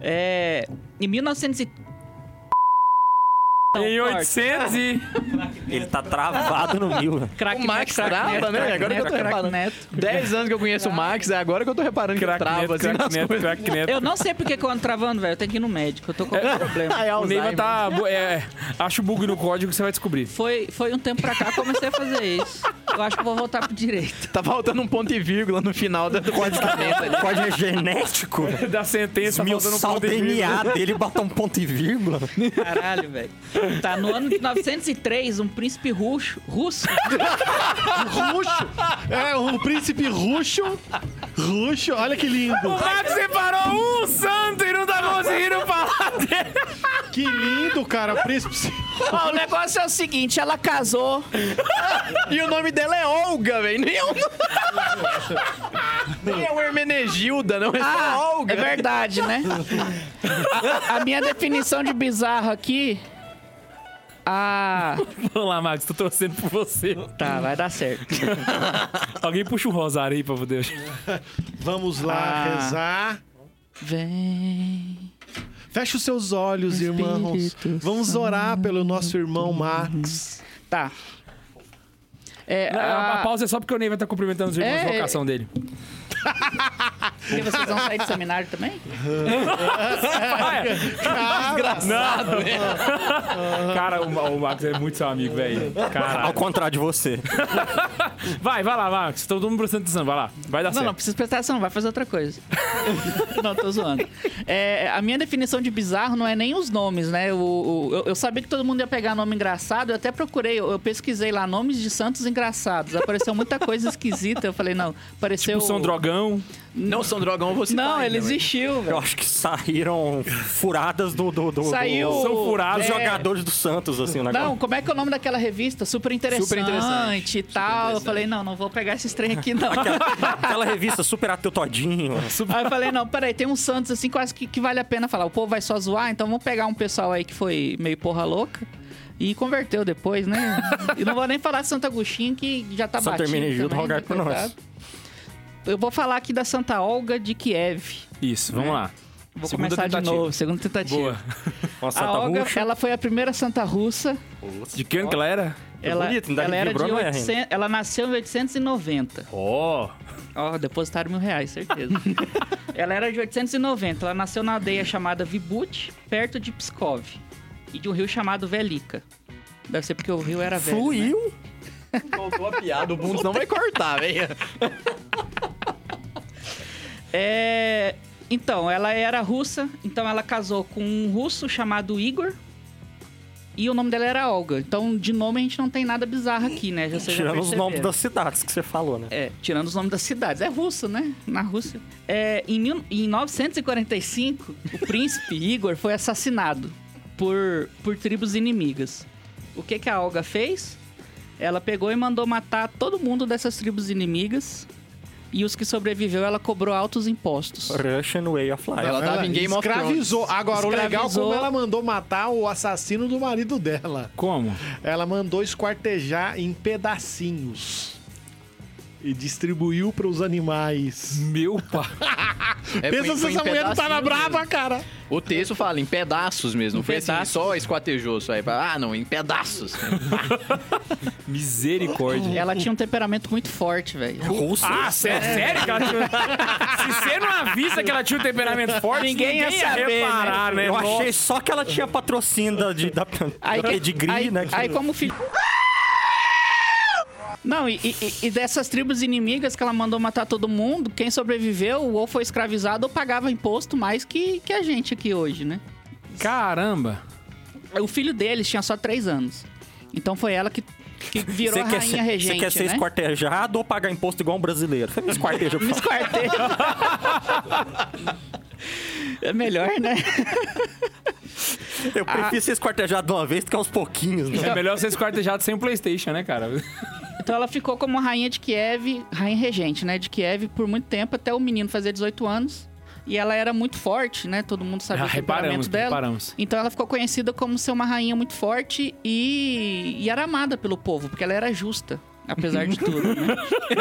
Speaker 2: É, em 1900 e...
Speaker 1: Em
Speaker 2: Não, corta.
Speaker 1: 800 e...
Speaker 3: Ele tá travado no mil. né?
Speaker 2: Crack
Speaker 4: O
Speaker 2: Neto,
Speaker 4: Max
Speaker 2: crack
Speaker 4: trava,
Speaker 2: Neto,
Speaker 4: né?
Speaker 2: crack
Speaker 4: Agora que eu tô
Speaker 2: Neto, crack
Speaker 4: reparando.
Speaker 2: Neto.
Speaker 4: 10 anos que eu conheço o Max, é agora que eu tô reparando que ele trava, assim, nas coisas.
Speaker 1: crack neto.
Speaker 2: Eu não sei porque que eu ando travando, velho. Eu tenho que ir no médico. Eu tô com algum problema.
Speaker 4: Ah, é
Speaker 1: O Neiva
Speaker 4: Alzheimer.
Speaker 1: tá. É, acha o bug no código que você vai descobrir.
Speaker 2: Foi, foi um tempo pra cá que eu comecei a fazer isso. Eu acho que eu vou voltar pro direito.
Speaker 4: Tá faltando um ponto e vírgula no final da testamento ali.
Speaker 3: Código é genético.
Speaker 1: Da
Speaker 3: Tá
Speaker 1: sentença,
Speaker 3: Esmiuçar o DNA dele, botar um ponto e vírgula.
Speaker 2: Caralho, velho. Tá, no ano de 903, um príncipe russo, russo
Speaker 5: Ruxo. É, um príncipe ruxo. Ruxo, olha que
Speaker 1: O
Speaker 5: lindo.
Speaker 1: Max separou um santo e não tá conseguindo falar dele.
Speaker 5: Que lindo, cara. Príncipe.
Speaker 7: Ó, o negócio é o seguinte, ela casou.
Speaker 4: E o nome dela é Olga, velho. Nem é o... Nem é o Hermenegilda, não. É só Olga.
Speaker 7: é verdade, né? A, a minha definição de bizarro aqui. Ah,
Speaker 1: Vamos lá, Max, tô torcendo por você.
Speaker 2: Tá, vai dar certo.
Speaker 1: Alguém puxa um rosário aí pra poder.
Speaker 5: Vamos lá
Speaker 2: Ah.
Speaker 5: rezar.
Speaker 2: Vem.
Speaker 5: Fecha os seus olhos, irmãos.
Speaker 2: Espírito
Speaker 5: Vamos orar pelo nosso irmão Max.
Speaker 2: Tá. É,
Speaker 1: A,
Speaker 2: a-
Speaker 1: a pausa é só porque o Neiva tá cumprimentando os irmãos
Speaker 2: É,
Speaker 1: na vocação dele.
Speaker 2: porque vocês vão sair de seminário também? É. né?
Speaker 1: Cara, o, Ma- o Max é muito seu amigo, velho.
Speaker 3: Ao
Speaker 1: Caralho.
Speaker 3: contrário de você.
Speaker 1: Vai, vai lá, Max. Todo mundo prestando atenção, vai lá. Vai dar
Speaker 2: Não, não
Speaker 1: Tá certo.
Speaker 2: precisa prestar atenção, vai fazer outra coisa. não, tô zoando. É, a minha definição de bizarro não é nem os nomes, né? O, o- eu, eu sabia que todo mundo ia pegar nome engraçado, eu até procurei, eu, eu pesquisei lá nomes de santos engraçados. Apareceu muita coisa esquisita, eu falei, não, apareceu.
Speaker 1: O Tipo São Drogão.
Speaker 4: Não são drogão, você
Speaker 2: Não, ele existiu,
Speaker 3: Eu
Speaker 2: velho.
Speaker 3: acho que saíram furadas do. do, do
Speaker 2: Saiu.
Speaker 3: do-
Speaker 1: São furados,
Speaker 3: Os
Speaker 1: É.
Speaker 3: jogadores do Santos, assim, o
Speaker 2: Não,
Speaker 3: negócio.
Speaker 2: como é que é o nome daquela revista? Super interessante,
Speaker 4: Superinteressante,
Speaker 2: e tal. Eu falei, não, não vou pegar esses trem aqui, não.
Speaker 3: Aquela revista Super Ateu Todinho.
Speaker 2: Aí eu falei, não, peraí, tem um Santos assim quase que, que vale a pena falar. O povo vai só zoar, então vamos pegar um pessoal aí que foi meio porra louca. E converteu depois, né? e não vou nem falar de Santo Agostinho, que já tá
Speaker 3: Santo
Speaker 2: batido
Speaker 3: Hermenegildo,
Speaker 2: também,
Speaker 3: rogai por nós.
Speaker 2: coitado. Eu vou falar aqui da Santa Olga de Kiev.
Speaker 1: Isso, vamos lá.
Speaker 2: Vou
Speaker 1: Segunda
Speaker 2: começar
Speaker 1: tentativa.
Speaker 2: de novo, segunda tentativa.
Speaker 1: Boa.
Speaker 3: Nossa,
Speaker 2: A
Speaker 3: tá
Speaker 2: Olga,
Speaker 3: ruxa.
Speaker 2: ela foi a primeira santa russa.
Speaker 1: De quem que ela era?
Speaker 2: Ela,
Speaker 3: bonito, ainda
Speaker 2: ela era de
Speaker 3: vibrou, não é, Henrique?
Speaker 2: 800, ela nasceu em 890.
Speaker 1: Ó.
Speaker 2: Ó, depositaram mil reais, certeza. ela era de 890. Ela nasceu na aldeia chamada Vibut, perto de Pskov. E de um rio chamado Velica. Deve ser porque o rio era velho. né?
Speaker 3: Fluiu.
Speaker 4: Soltou a piada, o Bundes não vai cortar, velho.
Speaker 2: É, Então, ela era russa. Então, ela casou com um russo chamado Igor. E o nome dela era Olga. Então, de nome, a gente não tem nada bizarro aqui, né? Já vocês já
Speaker 3: Tirando os nomes
Speaker 2: perceberam.
Speaker 3: das cidades que você falou, né?
Speaker 2: É, tirando os nomes das cidades. É russo, né? Na Rússia. É, em, mil- em 945, o príncipe Igor foi assassinado por, por tribos inimigas. O que, que a Olga fez? Ela pegou e mandou matar todo mundo dessas tribos inimigas. E os que sobreviveu, ela cobrou altos impostos.
Speaker 3: Russian Way of Life.
Speaker 1: tá,
Speaker 4: Ela tava em Game of Thrones.
Speaker 5: escravizou. Agora, o legal é como
Speaker 2: Escravizou.
Speaker 5: ela mandou matar o assassino do marido dela.
Speaker 1: Como?
Speaker 5: Ela mandou esquartejar em pedacinhos. E distribuiu para os animais.
Speaker 1: Meu pai.
Speaker 4: É,
Speaker 5: Pensa
Speaker 4: foi-
Speaker 5: se
Speaker 4: foi em
Speaker 5: essa mulher não tava
Speaker 4: pedacinhos
Speaker 5: brava,
Speaker 4: mesmo.
Speaker 5: cara.
Speaker 4: O texto fala em pedaços mesmo.
Speaker 2: Em
Speaker 4: Foi assim,
Speaker 2: pedaços.
Speaker 4: só esquatejou só aí. Ah, não, em pedaços.
Speaker 1: Misericórdia.
Speaker 2: Ela tinha um temperamento muito forte, velho.
Speaker 3: Russo.
Speaker 1: Ah, sério, sério que ela tinha... um- Se você não avisa que ela tinha um temperamento forte, ninguém,
Speaker 7: Ninguém ia saber,
Speaker 2: é
Speaker 1: reparar, né?
Speaker 3: Ah, Eu
Speaker 1: Nossa.
Speaker 3: achei só que ela tinha patrocínio da, de, da, da pedigree,
Speaker 2: aí,
Speaker 3: né? que-
Speaker 2: aí como filho. Não, e, e- e dessas tribos inimigas que ela mandou matar todo mundo, quem sobreviveu ou foi escravizado ou pagava imposto mais que, que a gente aqui hoje, né?
Speaker 1: Caramba.
Speaker 2: O filho deles tinha só três anos. Então foi ela que, que virou
Speaker 3: Você
Speaker 2: a
Speaker 3: quer,
Speaker 2: rainha
Speaker 3: ser- você
Speaker 2: regente,
Speaker 3: quer ser
Speaker 2: né?
Speaker 3: esquartejado ou pagar imposto igual um brasileiro? Você me esquarteja, por
Speaker 2: Me
Speaker 3: favor.
Speaker 2: esquartei. é melhor, né?
Speaker 3: Eu prefiro ser esquartejado de uma vez do que aos pouquinhos, né?
Speaker 1: É melhor ser esquartejado sem o Playstation, né, cara?
Speaker 2: Então ela ficou como rainha de Kiev, rainha regente, né, de Kiev por muito tempo até o menino fazer 18 anos. E ela era muito forte, né? Todo mundo sabia
Speaker 1: Ah,
Speaker 2: o temperamento
Speaker 1: reparamos,
Speaker 2: dela.
Speaker 1: reparamos.
Speaker 2: Então ela ficou conhecida como ser uma rainha muito forte e, e era amada pelo povo, porque ela era justa. Apesar de tudo, né?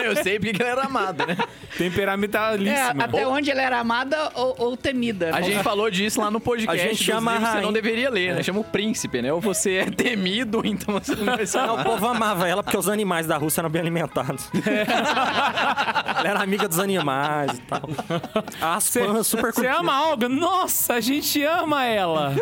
Speaker 4: Eu sei porque que ela era amada, né?
Speaker 1: Temperamentalíssimo.
Speaker 2: É, até onde ela era amada ou, ou temida.
Speaker 4: A
Speaker 2: Ou-
Speaker 4: gente falou disso lá no podcast.
Speaker 3: A gente
Speaker 4: dos
Speaker 3: chama a
Speaker 4: livros que Você não
Speaker 3: rainha.
Speaker 4: deveria ler, né? Chama o príncipe, né? Ou você é temido, ou então você não vai ser
Speaker 3: Não, o povo amava ela porque os animais da Rússia eram bem alimentados. ela era amiga dos animais e tal. As fãs super
Speaker 1: Você
Speaker 3: curtiam.
Speaker 1: ama a Olga? Nossa, a gente ama ela.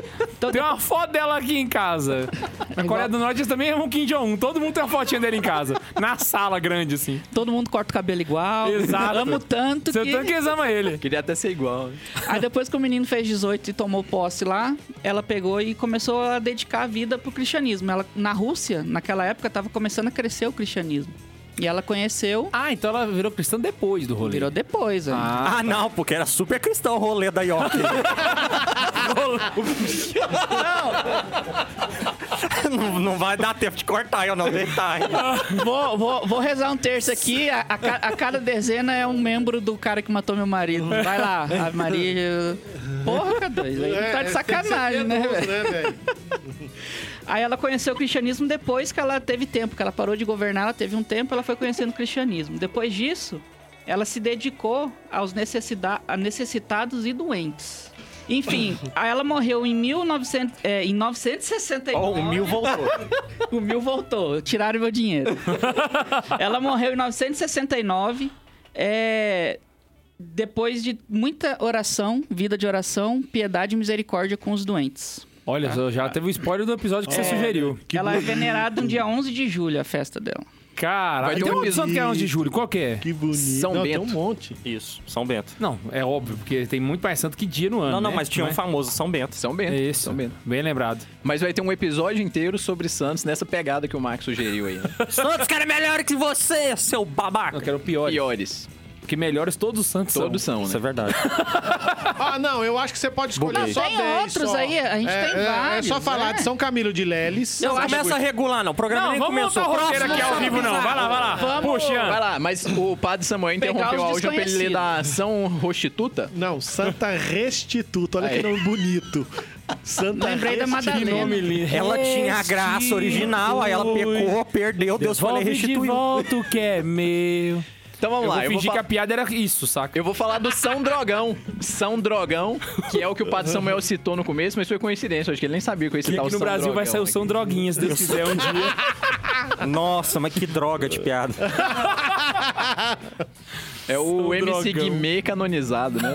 Speaker 1: Tem uma foto dela aqui em casa. Na Coreia do Norte eles também amam Kim Jong-un. Todo mundo tem uma fotinha dele em casa. Na sala grande, assim.
Speaker 2: Todo mundo corta o cabelo igual.
Speaker 1: Exato.
Speaker 2: Amo tanto
Speaker 1: Você
Speaker 2: que...
Speaker 1: tanto que eles amam ele.
Speaker 4: Queria até ser igual. né?
Speaker 2: Aí depois que o menino fez 18 e tomou posse lá, ela pegou e começou a dedicar a vida pro cristianismo. Ela, na Rússia, naquela época, tava começando a crescer o cristianismo. E ela conheceu...
Speaker 1: Ah, então ela virou cristã depois do rolê.
Speaker 2: Virou depois, ah.
Speaker 3: Ah, não, porque era super cristão o rolê da York. não, não vai dar tempo de cortar, eu não deitar. hein?
Speaker 2: Vou, vou, vou rezar um terço aqui. A, a ca- a cada dezena é um membro do cara que matou meu marido. Vai lá, Ave Maria. Porra, K2. Aí tá de sacanagem, né, velho?
Speaker 5: velho?
Speaker 2: Aí ela conheceu o cristianismo depois que ela teve tempo, que ela parou de governar, ela teve um tempo, ela foi conhecendo o cristianismo. Depois disso, ela se dedicou aos necessida- a necessitados e doentes. Enfim, aí ela morreu em, 1900, é, em 969.
Speaker 3: Ó, o mil voltou.
Speaker 2: O mil voltou, tiraram meu dinheiro. Ela morreu em 969. é, depois de muita oração, vida de oração, piedade e misericórdia com os doentes.
Speaker 1: Olha, só, já teve o spoiler do episódio que você sugeriu.
Speaker 2: Ela é venerada no dia 11 de julho, a festa dela.
Speaker 1: Cara,
Speaker 4: Vai ter
Speaker 1: tem
Speaker 4: um
Speaker 1: um episódio que é 11 de julho. Qual que é?
Speaker 5: Que bonito.
Speaker 4: São
Speaker 5: Não, tem
Speaker 4: Bento.
Speaker 5: um monte.
Speaker 3: Isso, São Bento.
Speaker 1: Não, é óbvio, porque tem muito mais santo que dia no ano.
Speaker 3: Não, não,
Speaker 1: né?
Speaker 3: mas tinha um
Speaker 1: é?
Speaker 3: famoso São Bento.
Speaker 4: São Bento.
Speaker 1: É isso,
Speaker 4: São Bento.
Speaker 1: bem lembrado.
Speaker 4: Mas vai ter um episódio inteiro sobre Santos nessa pegada que o Max sugeriu aí. né?
Speaker 3: Santos, cara, é melhor que você, seu babaca.
Speaker 1: Eu quero piores.
Speaker 4: Piores.
Speaker 1: Porque melhores todos os santos
Speaker 4: Todos são, né?
Speaker 3: Isso é verdade.
Speaker 5: Ah, não, eu acho que você pode escolher
Speaker 2: Não,
Speaker 5: só
Speaker 2: tem
Speaker 5: 10
Speaker 2: outros
Speaker 5: só.
Speaker 2: aí, a gente tem
Speaker 5: é,
Speaker 2: vários,
Speaker 5: É só falar
Speaker 2: né?
Speaker 5: de São Camilo de Leles.
Speaker 3: Não começa a regular, não. O programa
Speaker 1: Não,
Speaker 3: nem
Speaker 1: vamos
Speaker 3: começou.
Speaker 1: montar o roteiro aqui ao vivo, não. Vai lá, vai lá. Puxa.
Speaker 4: Vai lá, mas o padre Samuel interrompeu
Speaker 2: os
Speaker 4: a áudio pra ele ler da São Rostituta.
Speaker 5: Não, Santa Restituta. Olha que nome bonito. Santa
Speaker 2: Lembrei da
Speaker 5: Restituta.
Speaker 2: Madalena.
Speaker 3: Ela tinha a graça original, aí ela pecou, perdeu, Deus foi lá e
Speaker 1: Devolve de
Speaker 3: restituiu.
Speaker 1: volta o que é meu.
Speaker 4: Então vamos
Speaker 1: Eu
Speaker 4: lá,
Speaker 1: vou
Speaker 4: eu vou,
Speaker 1: fingir que a
Speaker 4: fa-
Speaker 1: piada era isso, saca?
Speaker 4: eu vou falar do São Drogão. São Drogão, que é o que o padre Samuel citou no começo, mas foi coincidência. Acho que ele nem sabia que eu ia
Speaker 1: E
Speaker 4: citar
Speaker 1: aqui
Speaker 4: o São
Speaker 1: no Brasil vai
Speaker 4: Drogão
Speaker 1: sair o
Speaker 4: aqui.
Speaker 1: São Droguinha, se Deus quiser um dia.
Speaker 3: Nossa, mas que droga de piada.
Speaker 4: É o
Speaker 1: São Drogão.
Speaker 4: MC Guimê canonizado, né?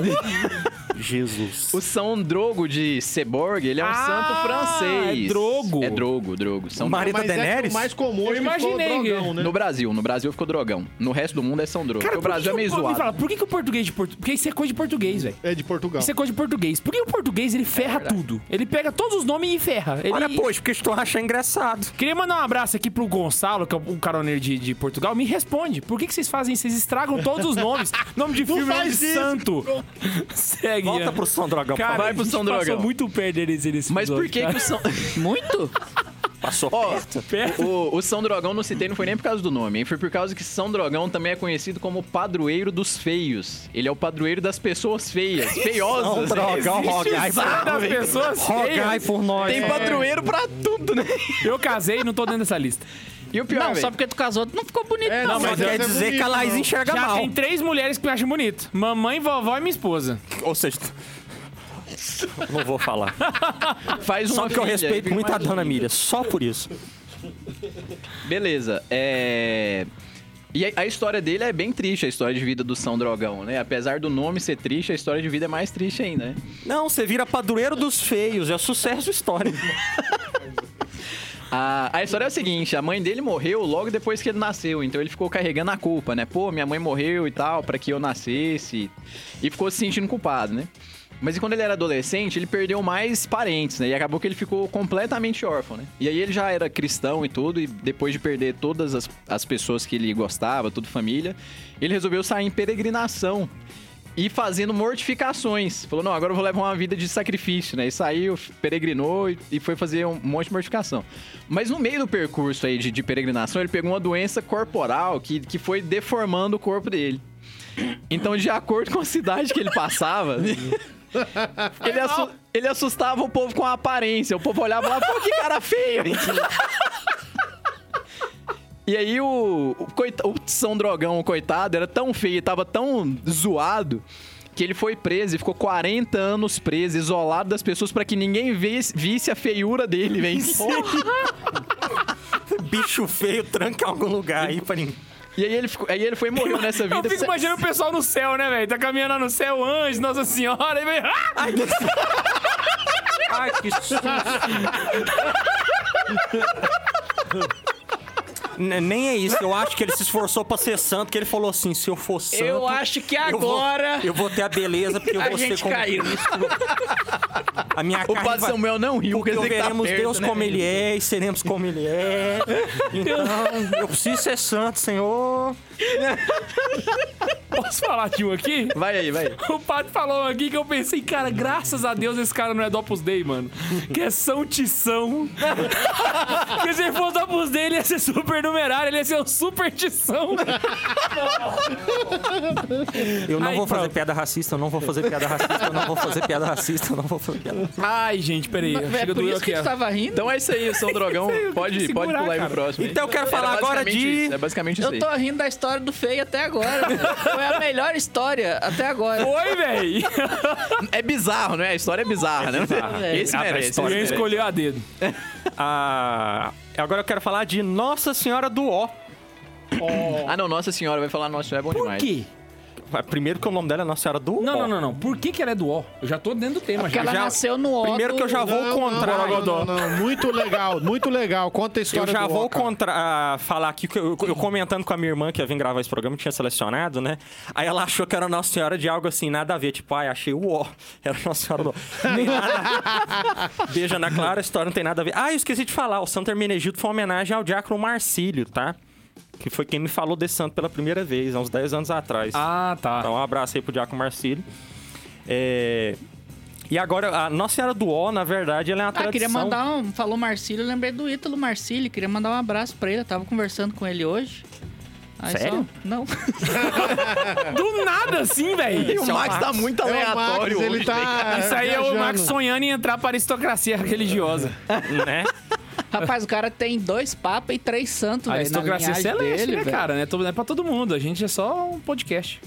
Speaker 3: Jesus.
Speaker 4: O São Drogo de Seborg, ele é um
Speaker 1: Ah,
Speaker 4: santo francês.
Speaker 1: é drogo.
Speaker 4: É drogo, drogo. São
Speaker 3: O marido
Speaker 5: Mas é que
Speaker 3: Daenerys?
Speaker 5: o mais comum hoje ficou o
Speaker 1: imaginei que-
Speaker 5: drogão, né?
Speaker 4: No Brasil, no Brasil ficou drogão. No resto do mundo é São Drogo.
Speaker 1: Cara,
Speaker 4: Porque o
Speaker 1: por que
Speaker 4: Brasil
Speaker 1: que
Speaker 4: é meio
Speaker 1: o- me
Speaker 4: zoado.
Speaker 1: fala, por que, que o português de português... Porque isso é coisa de português, velho.
Speaker 5: É de Portugal.
Speaker 1: Isso é coisa de português. Por que o português, ele ferra tudo? Ele pega todos os nomes e ferra. Ele...
Speaker 3: Olha, poxa, porque estou achando engraçado.
Speaker 1: Queria mandar um abraço aqui pro Gonçalo, que é um caroneiro de, de Portugal. Me responde, por que, que vocês fazem isso? Vocês estragam todos os nomes. Nome de filme, nome de
Speaker 5: faz isso.
Speaker 1: santo. Segue.
Speaker 3: Volta
Speaker 1: Ian.
Speaker 3: pro São Drogão.
Speaker 1: Cara,
Speaker 4: Vai
Speaker 1: a
Speaker 4: pro
Speaker 1: gente
Speaker 4: São
Speaker 1: passou
Speaker 4: Drogão.
Speaker 1: muito perto deles nesse
Speaker 4: Mas por
Speaker 1: episódio,
Speaker 4: que,
Speaker 1: cara.
Speaker 4: que o São.
Speaker 2: Muito?
Speaker 3: Passou
Speaker 4: Ó,
Speaker 3: perto.
Speaker 4: o, o São Drogão não citei, não foi nem por causa do nome, hein? Foi por causa que São Drogão também é conhecido como padroeiro dos feios. Ele é o padroeiro das pessoas feias,
Speaker 3: São
Speaker 4: feiosas.
Speaker 3: Drogão, rogai por
Speaker 1: das pessoas
Speaker 3: Rogai
Speaker 1: feias.
Speaker 3: por nós.
Speaker 4: Tem padroeiro pra tudo, né?
Speaker 1: Eu casei e não tô dentro dessa lista.
Speaker 4: E o pior,
Speaker 2: Não,
Speaker 4: véio,
Speaker 2: só porque tu casou, tu não ficou bonito,
Speaker 5: É,
Speaker 2: não.
Speaker 5: não,
Speaker 3: Só
Speaker 5: mas
Speaker 3: quer
Speaker 5: essa é
Speaker 3: dizer
Speaker 5: bonita,
Speaker 3: que ela
Speaker 5: não.
Speaker 3: enxerga
Speaker 1: Já
Speaker 3: mal.
Speaker 1: tem três mulheres que me acham bonito. Mamãe, vovó e minha esposa.
Speaker 3: Ou seja... Não vou falar.
Speaker 4: faz uma
Speaker 3: Só porque eu
Speaker 4: filha,
Speaker 3: respeito
Speaker 4: fica
Speaker 3: muito a
Speaker 4: mais
Speaker 3: Dona
Speaker 4: lindo.
Speaker 3: Miriam. Só por isso.
Speaker 4: Beleza, é. E a- a história dele é bem triste, a história de vida do São Drogão, né? Apesar do nome ser triste, a história de vida é mais triste ainda, né?
Speaker 3: Não, você vira padroeiro dos feios. É sucesso histórico.
Speaker 4: A, a história é a seguinte, a mãe dele morreu logo depois que ele nasceu, então ele ficou carregando a culpa, né? Pô, minha mãe morreu e tal, pra que eu nascesse. E ficou se sentindo culpado, né? Mas e quando ele era adolescente, ele perdeu mais parentes, né? E acabou que ele ficou completamente órfão, né? E aí ele já era cristão e tudo, e depois de perder todas as, as pessoas que ele gostava, tudo família, ele resolveu sair em peregrinação e fazendo mortificações. Falou, não, agora eu vou levar uma vida de sacrifício, né? E saiu, peregrinou e- e foi fazer um monte de mortificação. Mas no meio do percurso aí de, de peregrinação, ele pegou uma doença corporal que, que foi deformando o corpo dele. Então, de acordo com a cidade que ele passava, ele, assu- ele assustava o povo com a aparência. O povo olhava lá, pô, que cara feio! E E aí o, o, coita- o São Drogão, o coitado, era tão feio, tava tão zoado, que ele foi preso e ficou 40 anos preso, isolado das pessoas pra que ninguém visse, visse a feiura dele, velho.
Speaker 3: Bicho feio, tranca em algum lugar aí pra ninguém.
Speaker 4: E aí ele, ficou, aí ele foi e morreu nessa vida.
Speaker 1: Eu fico imaginando o pessoal no céu, né, velho? Tá caminhando lá no céu, anjo, Nossa Senhora, e vem. Ah!
Speaker 3: Ai, que Ai, que susto. N- Nem é isso, eu acho que ele se esforçou pra ser santo, que ele falou assim: se eu for santo.
Speaker 7: Eu acho que
Speaker 3: eu vou-
Speaker 7: agora
Speaker 3: Eu vou, ter a beleza porque eu
Speaker 7: a
Speaker 3: vou ser
Speaker 7: gente
Speaker 3: como
Speaker 7: caiu.
Speaker 3: A minha
Speaker 4: O
Speaker 3: carne
Speaker 4: padre
Speaker 3: vai-
Speaker 4: Samuel não riu,
Speaker 3: Porque
Speaker 4: quer dizer que tá
Speaker 3: veremos
Speaker 4: perto,
Speaker 3: Deus
Speaker 4: né?
Speaker 3: como ele é e seremos como ele é. Então, eu preciso ser santo, Senhor.
Speaker 1: Posso falar de um aqui?
Speaker 4: Vai aí, vai aí.
Speaker 1: O padre falou um aqui que eu pensei, cara, graças a Deus esse cara não é do Opus Dei, mano. Que é São Tição. Porque se ele fosse do Opus Dei, ele ia ser super numerário, ele ia ser o Super Tição.
Speaker 3: Eu não
Speaker 1: Ai,
Speaker 3: vou fazer
Speaker 1: pronto.
Speaker 3: piada racista, eu não vou fazer piada racista, eu não vou fazer piada racista, eu não vou fazer piada racista.
Speaker 1: Ai, gente, peraí.
Speaker 7: É
Speaker 1: Chega
Speaker 7: por
Speaker 1: do eu
Speaker 7: isso que
Speaker 1: aqui.
Speaker 7: tu
Speaker 1: ó.
Speaker 7: tava rindo.
Speaker 4: Então é isso aí, o São Drogão.
Speaker 1: eu
Speaker 4: pode,
Speaker 1: tenho que
Speaker 4: pode
Speaker 1: segurar,
Speaker 4: pular aí
Speaker 1: cara.
Speaker 4: pro próximo.
Speaker 3: Então eu quero
Speaker 4: Era
Speaker 3: falar agora
Speaker 4: basicamente
Speaker 3: de-
Speaker 4: isso, é basicamente isso
Speaker 7: Eu
Speaker 4: aí.
Speaker 7: tô rindo da história do feio até agora. Foi a melhor história até agora.
Speaker 1: Oi, velho.
Speaker 4: É bizarro, né? A história é bizarra, né? Esse
Speaker 3: Ah, a história
Speaker 4: merece. esse
Speaker 1: Ninguém
Speaker 3: é-
Speaker 4: merece.
Speaker 1: escolheu a dedo.
Speaker 3: Ah, agora eu quero falar de Nossa Senhora do Ó.
Speaker 4: Ah, não, Nossa Senhora vai falar Nossa Senhora é bom
Speaker 1: Por
Speaker 4: demais.
Speaker 1: quê?
Speaker 3: Primeiro que o nome dela é Nossa Senhora do Ó.
Speaker 1: Não, não, não, não. Por que, que ela é do O? Eu já tô dentro do tema,
Speaker 7: Porque
Speaker 1: já.
Speaker 7: ela
Speaker 3: já-
Speaker 7: nasceu no ó
Speaker 3: Primeiro
Speaker 7: do-
Speaker 3: que eu já vou
Speaker 5: Não, não,
Speaker 3: contra.
Speaker 5: não, não, não. Muito legal, muito legal. Conta a
Speaker 3: Eu
Speaker 5: história
Speaker 3: já
Speaker 5: do
Speaker 3: vou
Speaker 5: Oca.
Speaker 3: contra, ah, falar aqui, que eu, eu comentando com a minha irmã que ia vir gravar esse programa, tinha selecionado, né? Aí ela achou que era Nossa Senhora de algo assim, nada a ver. Tipo, ai, achei o ó. Era Nossa Senhora do ó. Nem nada- Beijo, Ana Clara, a história não tem nada a ver. Ah, eu esqueci de falar, o Santo Hermenegildo foi uma homenagem ao Diácono Marcílio, tá? Que foi quem me falou desse santo pela primeira vez, há uns 10 anos atrás.
Speaker 1: Ah, tá.
Speaker 3: Então, um abraço aí pro Diácono Marcílio. É, E agora, a Nossa Senhora do Ó, na verdade, ela é uma
Speaker 7: Ah,
Speaker 3: tradição...
Speaker 7: queria mandar um. Falou Marcílio, eu lembrei do Ítalo Marcílio. Queria mandar um abraço pra ele. Eu tava conversando com ele hoje. Aí só-
Speaker 3: Sério?
Speaker 7: Não.
Speaker 1: Do nada assim, velho.
Speaker 4: E o Max tá muito
Speaker 5: É o Max,
Speaker 4: aleatório hoje,
Speaker 5: ele
Speaker 4: né?
Speaker 5: tá.
Speaker 1: Isso aí é o
Speaker 5: viajando.
Speaker 1: Max sonhando em entrar pra aristocracia religiosa.
Speaker 3: Né?
Speaker 7: Rapaz, o cara tem dois papas e três santos,
Speaker 1: A
Speaker 7: velho. na
Speaker 1: aristocracia
Speaker 7: linhagem
Speaker 1: celeste,
Speaker 7: dele,
Speaker 1: né,
Speaker 7: velho.
Speaker 1: cara? Né? Não é pra todo mundo. A gente é só um podcast.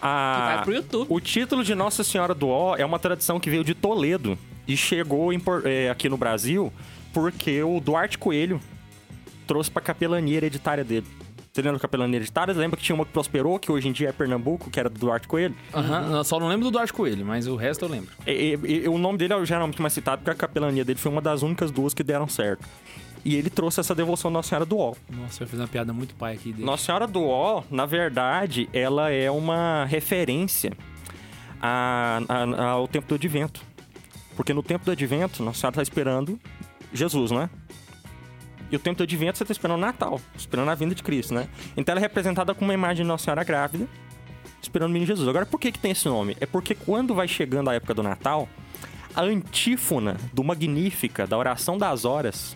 Speaker 3: A-
Speaker 7: Que vai pro YouTube.
Speaker 3: O título de Nossa Senhora do Ó é uma tradição que veio de Toledo e chegou em Por- eh, aqui no Brasil porque o Duarte Coelho trouxe pra capelania hereditária dele. Você lembra da capelania hereditária? Lembra que tinha uma que prosperou, que hoje em dia é Pernambuco, que era do Duarte Coelho?
Speaker 1: Aham. Eu Só não lembro do Duarte Coelho, mas o resto eu lembro.
Speaker 3: E- e- e o nome dele é o geralmente mais citado porque a capelania dele foi uma das únicas duas que deram certo. E ele trouxe essa devoção à Nossa Senhora do Ó.
Speaker 1: Nossa, eu fiz uma piada muito pai aqui dele.
Speaker 3: Nossa Senhora do Ó, na verdade, ela é uma referência a- a- ao tempo do advento. Porque no tempo do advento, Nossa Senhora está esperando Jesus, né? E o tempo do advento você está esperando o Natal, esperando a vinda de Cristo, né? Então ela é representada com uma imagem de Nossa Senhora grávida, esperando o menino Jesus. Agora, por que, que tem esse nome? É porque quando vai chegando a época do Natal, a antífona do Magnífica, da oração das horas,